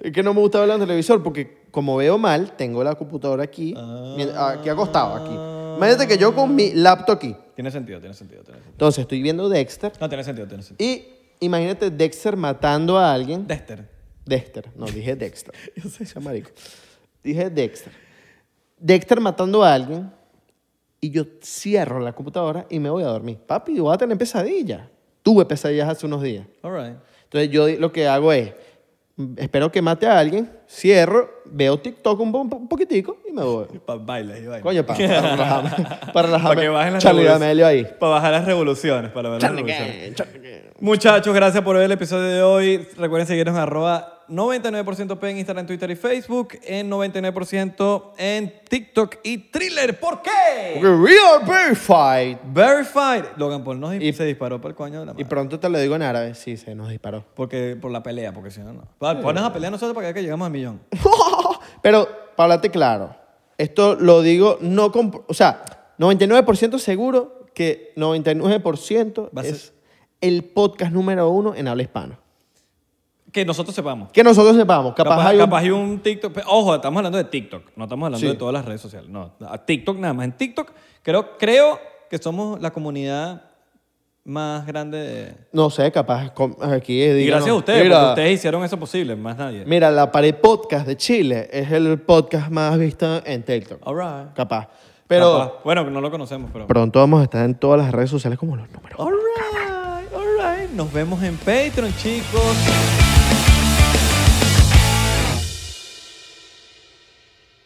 S1: es que no me gusta verla en el televisor porque como veo mal, tengo la computadora aquí, mien- ah, aquí acostado, aquí. Imagínate que yo con mi laptop aquí.
S2: Tiene sentido, tiene sentido, tiene sentido.
S1: Entonces, estoy viendo Dexter
S2: No, tiene sentido, tiene sentido.
S1: y imagínate Dexter matando a alguien.
S2: Dexter.
S1: Dexter, no, dije Dexter. Yo soy chamarico. Dije Dexter. Dexter matando a alguien y yo cierro la computadora y me voy a dormir. Papi, yo voy a tener pesadillas. Tuve pesadillas hace unos días.
S2: All right.
S1: Entonces yo lo que hago es, mm, espero que mate a alguien, cierro, veo TikTok un, po- un poquitico y me voy.
S2: Pa baila y baila.
S1: Coño, pa, para relajarme. Para relajarme.
S2: Para que bajen las
S1: Charlie
S2: revoluciones.
S1: D'Amelio ahí.
S2: Para bajar las revoluciones, para ver las
S1: Charlie,
S2: revoluciones.
S1: ¿qué? Charlie, ¿qué?
S2: Muchachos, gracias por ver el episodio de hoy. Recuerden seguirnos en arroba 99% P en Instagram, Twitter y Facebook. En 99% en TikTok y Thriller. ¿Por qué?
S1: Real verified.
S2: Verified. Logan Paul nos
S1: Y-
S2: y, se disparó para el coño de la
S1: Y
S2: madre.
S1: pronto te lo digo en árabe. Sí, se nos disparó.
S2: porque, por la pelea, porque si no, no. Pa- Pones a pelear nosotros para que llegamos al millón.
S1: Pero, para hablarte claro, esto lo digo no con... O sea, 99% seguro que 99%
S2: Va a ser-
S1: es el podcast número uno en habla hispana.
S2: Que nosotros sepamos.
S1: Que nosotros sepamos. Capaz,
S2: Capaz,
S1: hay un-
S2: capaz hay un TikTok. Pe- Ojo, estamos hablando de TikTok. No estamos
S1: Sí.
S2: hablando de todas las redes sociales. No, a TikTok nada más. En TikTok creo, creo que somos la comunidad más grande de...
S1: No sé, capaz com- aquí es...
S2: Y
S1: díganos,
S2: gracias a ustedes,
S1: mira,
S2: porque ustedes hicieron eso posible, más nadie.
S1: Mira, la pared podcast de Chile es el podcast más visto en TikTok.
S2: All right.
S1: Capaz. Pero
S2: Capaz. Bueno, no lo conocemos, pero...
S1: pronto vamos a estar en todas las redes sociales como los números.
S2: All right, all right. Nos vemos en Patreon, chicos.